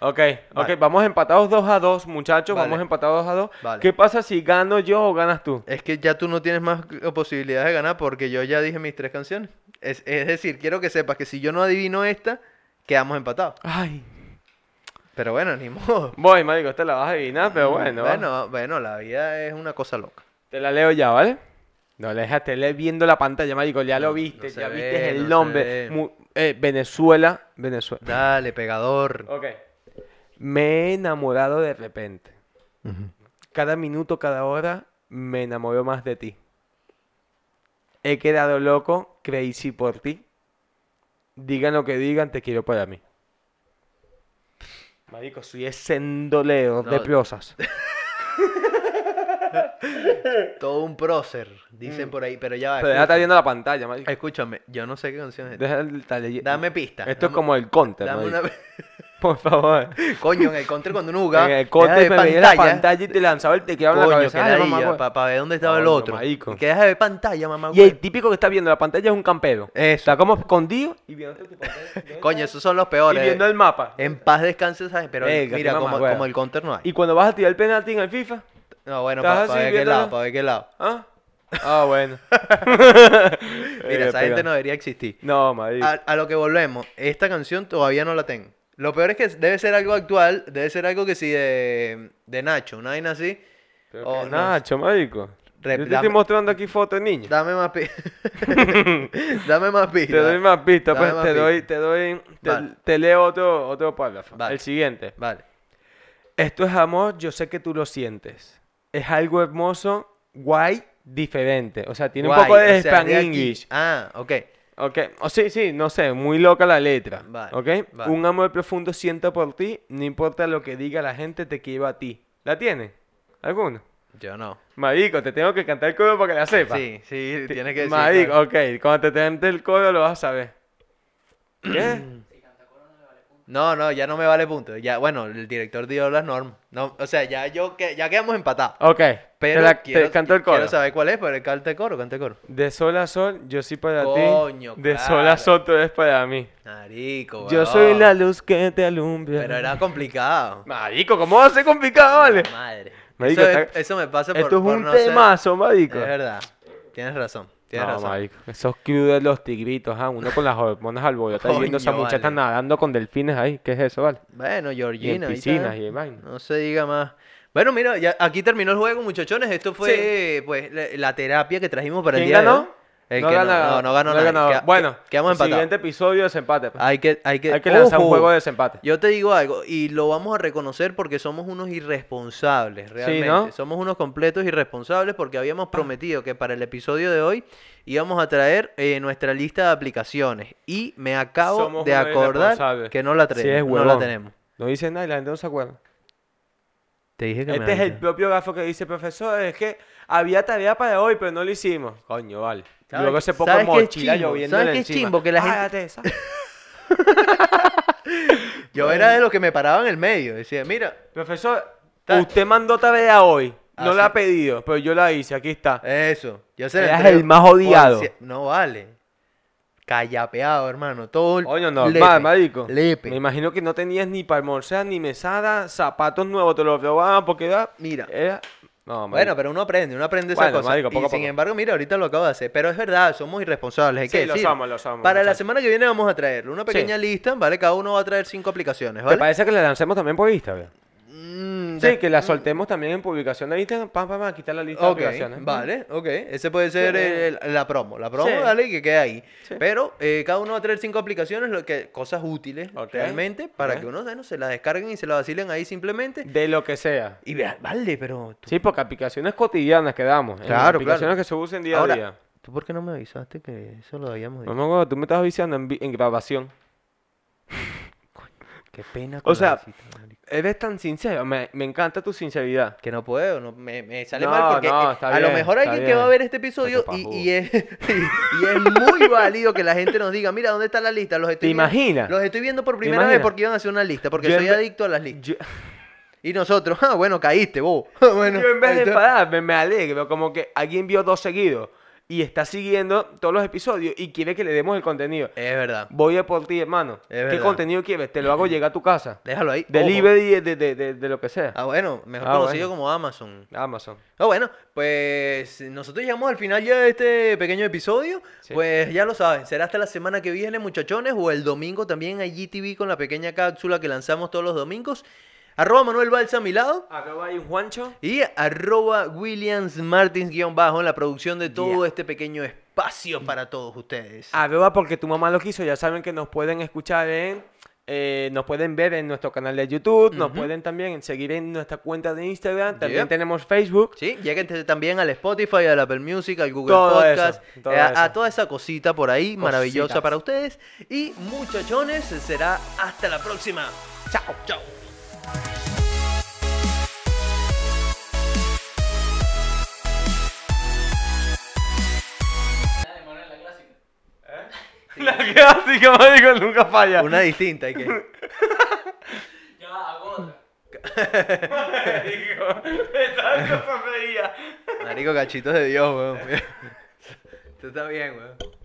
Speaker 6: ok,
Speaker 5: Vale.
Speaker 6: ok, vamos empatados 2 a 2, muchachos,
Speaker 5: Vale.
Speaker 6: vamos empatados 2 a 2.
Speaker 5: Vale.
Speaker 6: ¿Qué pasa si gano yo o ganas tú?
Speaker 5: Es que ya tú no tienes más posibilidades de ganar porque yo ya dije mis tres canciones. Es, es decir, quiero que sepas que si yo no adivino esta, quedamos empatados.
Speaker 6: Ay.
Speaker 5: Pero bueno, ni modo.
Speaker 6: Voy, marico, te la vas a adivinar, pero bueno. va.
Speaker 5: Mm, Bueno, bueno, la vida es una cosa loca.
Speaker 6: Te la leo ya, ¿vale? No le dejaste leer viendo la pantalla, marico, ya lo
Speaker 5: No,
Speaker 6: viste,
Speaker 5: no se
Speaker 6: ya
Speaker 5: ve,
Speaker 6: viste el
Speaker 5: no se
Speaker 6: nombre.
Speaker 5: ve.
Speaker 6: Mu- eh, Venezuela, Venezuela.
Speaker 5: Dale, pegador.
Speaker 6: Ok. Me he enamorado de repente. Cada minuto, cada hora, me enamoro más de ti. He quedado loco, crazy por ti. Digan lo que digan, te quiero para mí. Marico, soy escendoleo de
Speaker 5: No.
Speaker 6: plosas.
Speaker 5: Todo un prócer, dicen por ahí, pero ya va.
Speaker 6: Mm. Pero ya está
Speaker 5: escúchame.
Speaker 6: viendo la pantalla, marico.
Speaker 5: Escúchame, yo no sé qué canción es. esta.
Speaker 6: Deja el talle-
Speaker 5: Dame pista.
Speaker 6: Esto es
Speaker 5: dame-
Speaker 6: como el counter,
Speaker 5: Dame
Speaker 6: marico.
Speaker 5: una...
Speaker 6: Por favor.
Speaker 5: Coño, en el counter cuando uno jugaba.
Speaker 6: En el
Speaker 5: era
Speaker 6: counter
Speaker 5: de
Speaker 6: me veía la pantalla y te lanzaba el teclado en la
Speaker 5: Coño,
Speaker 6: cabeza.
Speaker 5: que
Speaker 6: Ah, la mamá,
Speaker 5: ladilla,
Speaker 6: güey.
Speaker 5: para ver dónde estaba el
Speaker 6: Coño,
Speaker 5: otro. Y
Speaker 6: marico.
Speaker 5: que deja de ver pantalla, mamá.
Speaker 6: Y el
Speaker 5: güey.
Speaker 6: típico que está viendo la pantalla es un campero.
Speaker 5: Eso.
Speaker 6: Está como escondido y viendo,
Speaker 5: Coño, esos son los peores.
Speaker 6: y viendo el mapa.
Speaker 5: En paz descanse, ¿sabes? Pero
Speaker 6: Venga,
Speaker 5: mira,
Speaker 6: qué
Speaker 5: como,
Speaker 6: mamagüey.
Speaker 5: como el counter no
Speaker 6: Y
Speaker 5: hay.
Speaker 6: cuando vas a tirar el penalti en el FIFA,
Speaker 5: No, bueno,
Speaker 6: estás
Speaker 5: para
Speaker 6: así
Speaker 5: ver qué
Speaker 6: viéndolo.
Speaker 5: lado, para ver qué lado.
Speaker 6: ¿ah? Ah, bueno. Eh,
Speaker 5: Mira, esa gente no Ah, debería existir.
Speaker 6: No, marico.
Speaker 5: A, a lo que volvemos, esta canción todavía no la tengo. Lo peor es que debe ser algo actual, debe ser algo que sí de, de Nacho, una vaina así.
Speaker 6: Pero
Speaker 5: oh,
Speaker 6: qué
Speaker 5: no.
Speaker 6: Nacho, marico. Yo
Speaker 5: Rep-
Speaker 6: te estoy
Speaker 5: dame-
Speaker 6: mostrando aquí fotos de niños.
Speaker 5: Dame más pi... Dame más
Speaker 6: Te doy
Speaker 5: pistas.
Speaker 6: más pistas,
Speaker 5: Dame
Speaker 6: pues,
Speaker 5: más
Speaker 6: te doy,
Speaker 5: pistas.
Speaker 6: te doy, te,
Speaker 5: Vale.
Speaker 6: te leo otro, otro párrafo.
Speaker 5: Vale.
Speaker 6: El siguiente.
Speaker 5: Vale.
Speaker 6: Esto es amor, yo sé que tú lo sientes. Es algo hermoso, guay, diferente. O sea, tiene un
Speaker 5: Guay,
Speaker 6: poco de
Speaker 5: o sea,
Speaker 6: Spanish
Speaker 5: aquí. Ah, ok.
Speaker 6: Ok, o sí, sí, no sé, muy loca la letra.
Speaker 5: Vale,
Speaker 6: ok,
Speaker 5: vale.
Speaker 6: un amor profundo siento por ti, no importa lo que diga la gente, te quiero a ti. ¿La tiene? ¿Alguno?
Speaker 5: Yo no.
Speaker 6: Marico, te tengo que cantar el coro para que la sepa.
Speaker 5: Sí, sí,
Speaker 6: Ti-
Speaker 5: tiene que decir.
Speaker 6: Marico,
Speaker 5: claro.
Speaker 6: ok, cuando te cante el coro lo vas a saber. ¿Qué?
Speaker 5: No, no, ya no me vale punto. Ya, bueno, el director dio las normas. No, o sea, ya yo que ya quedamos empatados.
Speaker 6: ok,
Speaker 5: Pero
Speaker 6: te, la- te
Speaker 5: quiero,
Speaker 6: canto el coro.
Speaker 5: quiero saber cuál es, pero canta el coro, canta el coro.
Speaker 6: De sol a sol, yo sí para
Speaker 5: Coño,
Speaker 6: ti. De sol a
Speaker 5: claro.
Speaker 6: sol, tú eres para mí.
Speaker 5: Marico,
Speaker 6: Yo
Speaker 5: weón.
Speaker 6: soy la luz que te alumbra.
Speaker 5: Pero era complicado.
Speaker 6: Marico, ¿cómo va a ser complicado, vale?
Speaker 5: Madre.
Speaker 6: Marico,
Speaker 5: eso,
Speaker 6: está-
Speaker 5: eso me pasa por,
Speaker 6: Esto es
Speaker 5: por
Speaker 6: un
Speaker 5: no ser-
Speaker 6: temazo,
Speaker 5: Es
Speaker 6: marico.
Speaker 5: verdad. Tienes razón. Tienes
Speaker 6: no,
Speaker 5: razón.
Speaker 6: marico. Esos clubes de los tigritos, ah, uno con las hormonas alborotadas y viendo esa
Speaker 5: Coño,
Speaker 6: muchacha
Speaker 5: vale.
Speaker 6: nadando con delfines ahí. ¿Qué es eso, vale?
Speaker 5: Bueno,
Speaker 6: Y en
Speaker 5: Georgina. ahí está.
Speaker 6: piscinas y en vaina.
Speaker 5: No se diga más. Bueno, mira, ya aquí terminó el juego, muchachones. Esto fue pues la, la terapia que trajimos para el
Speaker 6: ¿Quién
Speaker 5: día de
Speaker 6: ganó?
Speaker 5: hoy. El que
Speaker 6: gana-
Speaker 5: no, no ganó
Speaker 6: ha
Speaker 5: nadie.
Speaker 6: ganado.
Speaker 5: Queda-
Speaker 6: bueno,
Speaker 5: quedamos empatados.
Speaker 6: siguiente episodio desempate. pues.
Speaker 5: Hay que, hay que,
Speaker 6: Hay que lanzar un
Speaker 5: ¡Ojo!
Speaker 6: juego de desempate.
Speaker 5: Yo te digo algo, y lo vamos a reconocer porque somos unos irresponsables, realmente.
Speaker 6: ¿no? Ah.
Speaker 5: Somos unos completos irresponsables porque habíamos prometido que para el episodio de hoy íbamos a traer eh, nuestra lista de aplicaciones. Y me acabo
Speaker 6: Somos
Speaker 5: de
Speaker 6: unos
Speaker 5: acordar
Speaker 6: irresponsables.
Speaker 5: que no la,
Speaker 6: Sí,
Speaker 5: tenemos
Speaker 6: es
Speaker 5: no la
Speaker 6: huevón.
Speaker 5: tenemos.
Speaker 6: No dice nada y la gente no se acuerda.
Speaker 5: Te dije que me
Speaker 6: Este es el
Speaker 5: avisas.
Speaker 6: propio gafo que dice, profesor, es que había tarea para hoy, pero no lo hicimos. Coño, vale.
Speaker 5: ¿Sabes
Speaker 6: Luego
Speaker 5: qué-
Speaker 6: se poco
Speaker 5: sabes qué es
Speaker 6: mochila
Speaker 5: chimbo?
Speaker 6: lloviendo
Speaker 5: ¿Sabes qué es chimbo? Que la gente- Yo era de los que me paraba en el medio. Decía, mira,
Speaker 6: Profesor,
Speaker 5: Ta-
Speaker 6: usted mandó tarea hoy. No la
Speaker 5: Ah, sí.
Speaker 6: ha pedido, pero yo la hice, aquí está.
Speaker 5: eso. Yo se la
Speaker 6: Eras
Speaker 5: entrego.
Speaker 6: el más
Speaker 5: Por
Speaker 6: odiado.
Speaker 5: si- No vale. callapeado, hermano. Todo el-
Speaker 6: Coño, normal,
Speaker 5: lepe,
Speaker 6: marico.
Speaker 5: lepe.
Speaker 6: Me imagino que no tenías ni para almorzar, ni mesada, zapatos nuevos, te los robaban porque era...
Speaker 5: Mira.
Speaker 6: era- No, marico.
Speaker 5: Bueno, pero uno aprende, uno aprende esas
Speaker 6: Bueno,
Speaker 5: cosas.
Speaker 6: marico, poco
Speaker 5: y
Speaker 6: a
Speaker 5: sin
Speaker 6: poco.
Speaker 5: embargo, mira, ahorita lo acabo de hacer. Pero es verdad, somos irresponsables. Hay
Speaker 6: Sí,
Speaker 5: que
Speaker 6: lo
Speaker 5: decir.
Speaker 6: somos, lo somos,
Speaker 5: Para la
Speaker 6: muchachos.
Speaker 5: semana que viene vamos a traerle una pequeña lista, ¿vale? Cada uno va a traer cinco aplicaciones,
Speaker 6: ¿Te
Speaker 5: ¿vale?
Speaker 6: parece que la lancemos también por Instagram?
Speaker 5: Mm,
Speaker 6: Sí,
Speaker 5: de-
Speaker 6: que la soltemos también en publicación de Instagram. Pam, pam, pam, quitar la lista
Speaker 5: Ok,
Speaker 6: de aplicaciones.
Speaker 5: vale, ok. Ese puede ser el- el- la promo. La promo,
Speaker 6: Sí.
Speaker 5: dale, y que quede ahí.
Speaker 6: Sí.
Speaker 5: Pero eh, cada uno va a traer cinco aplicaciones, lo que, cosas útiles
Speaker 6: Ok,
Speaker 5: realmente, para
Speaker 6: ok.
Speaker 5: que uno bueno, se las descarguen y se las vacilen ahí simplemente.
Speaker 6: De lo que sea.
Speaker 5: Y vean, vale, pero tú-
Speaker 6: Sí, porque aplicaciones cotidianas que damos. eh,
Speaker 5: Claro,
Speaker 6: Aplicaciones
Speaker 5: claro.
Speaker 6: que se usen día
Speaker 5: Ahora,
Speaker 6: a día.
Speaker 5: ¿tú por qué no me avisaste que eso lo habíamos dicho?
Speaker 6: Mamá, huevo, tú me estás avisando en, vi- en grabación.
Speaker 5: Qué pena
Speaker 6: O
Speaker 5: con la
Speaker 6: sea,
Speaker 5: visita, marico.
Speaker 6: Eres tan sincero. Me, me encanta tu sinceridad.
Speaker 5: que no puedo, no, me, me sale
Speaker 6: No,
Speaker 5: mal porque
Speaker 6: no,
Speaker 5: eh,
Speaker 6: está
Speaker 5: a lo
Speaker 6: bien,
Speaker 5: mejor
Speaker 6: está
Speaker 5: alguien que va a
Speaker 6: bien.
Speaker 5: ver este
Speaker 6: Vete
Speaker 5: episodio
Speaker 6: pa'
Speaker 5: y,
Speaker 6: jugo.
Speaker 5: y es, y es muy válido que la gente nos diga, mira, ¿dónde está la lista? Los estoy
Speaker 6: ¿Te
Speaker 5: viendo-
Speaker 6: imaginas?
Speaker 5: Los estoy viendo por primera vez
Speaker 6: imaginas?
Speaker 5: porque iban a hacer una lista, porque
Speaker 6: Yo en
Speaker 5: soy
Speaker 6: ve-
Speaker 5: adicto a las listas.
Speaker 6: Yo,
Speaker 5: Y nosotros, ah, bueno, caíste vos. bueno,
Speaker 6: yo en vez de
Speaker 5: entonces-
Speaker 6: enfadarme, me alegro. Como que alguien vio dos seguidos y está siguiendo todos los episodios y quiere que le demos el contenido.
Speaker 5: Es verdad,
Speaker 6: Voy a por ti, hermano. ¿Qué
Speaker 5: verdad.
Speaker 6: contenido quieres? Te lo hago llegar a tu casa.
Speaker 5: déjalo ahí. ojo.
Speaker 6: Delivery de, de- de- de lo que sea.
Speaker 5: Ah, bueno, mejor
Speaker 6: Ah,
Speaker 5: conocido
Speaker 6: bueno.
Speaker 5: como Amazon.
Speaker 6: Amazon.
Speaker 5: Ah, bueno, pues nosotros llegamos al final ya de este pequeño episodio.
Speaker 6: Sí.
Speaker 5: Pues ya lo saben, será hasta la semana que viene, muchachones, o el domingo también a GTV con la pequeña cápsula que lanzamos todos los domingos. Arroba Manuel Balsa a mi lado.
Speaker 6: Acabo ahí, Juancho.
Speaker 5: Y arroba Williams Martins guión bajo en la producción de todo este pequeño espacio para todos ustedes.
Speaker 6: Arroba Ah, porque tu mamá lo quiso. Ya saben que nos pueden escuchar en. eh, nos pueden ver en nuestro canal de YouTube. Nos pueden también seguir en nuestra cuenta de Instagram. También
Speaker 5: Yep.
Speaker 6: tenemos Facebook.
Speaker 5: Sí, lleguen también al Spotify, al Apple Music, al Google
Speaker 6: Todo eso,
Speaker 5: Podcast,
Speaker 6: todo
Speaker 5: eh, a, a
Speaker 6: eso.
Speaker 5: toda esa cosita por ahí maravillosa
Speaker 6: Cositas.
Speaker 5: para ustedes. Y muchachones, será hasta la próxima. Chao, chao. ¿Eh?
Speaker 6: La clásica, marico, nunca falla.
Speaker 5: Una distinta, hay que. Marico, cachitos de Dios, weón. Esto está bien, weón.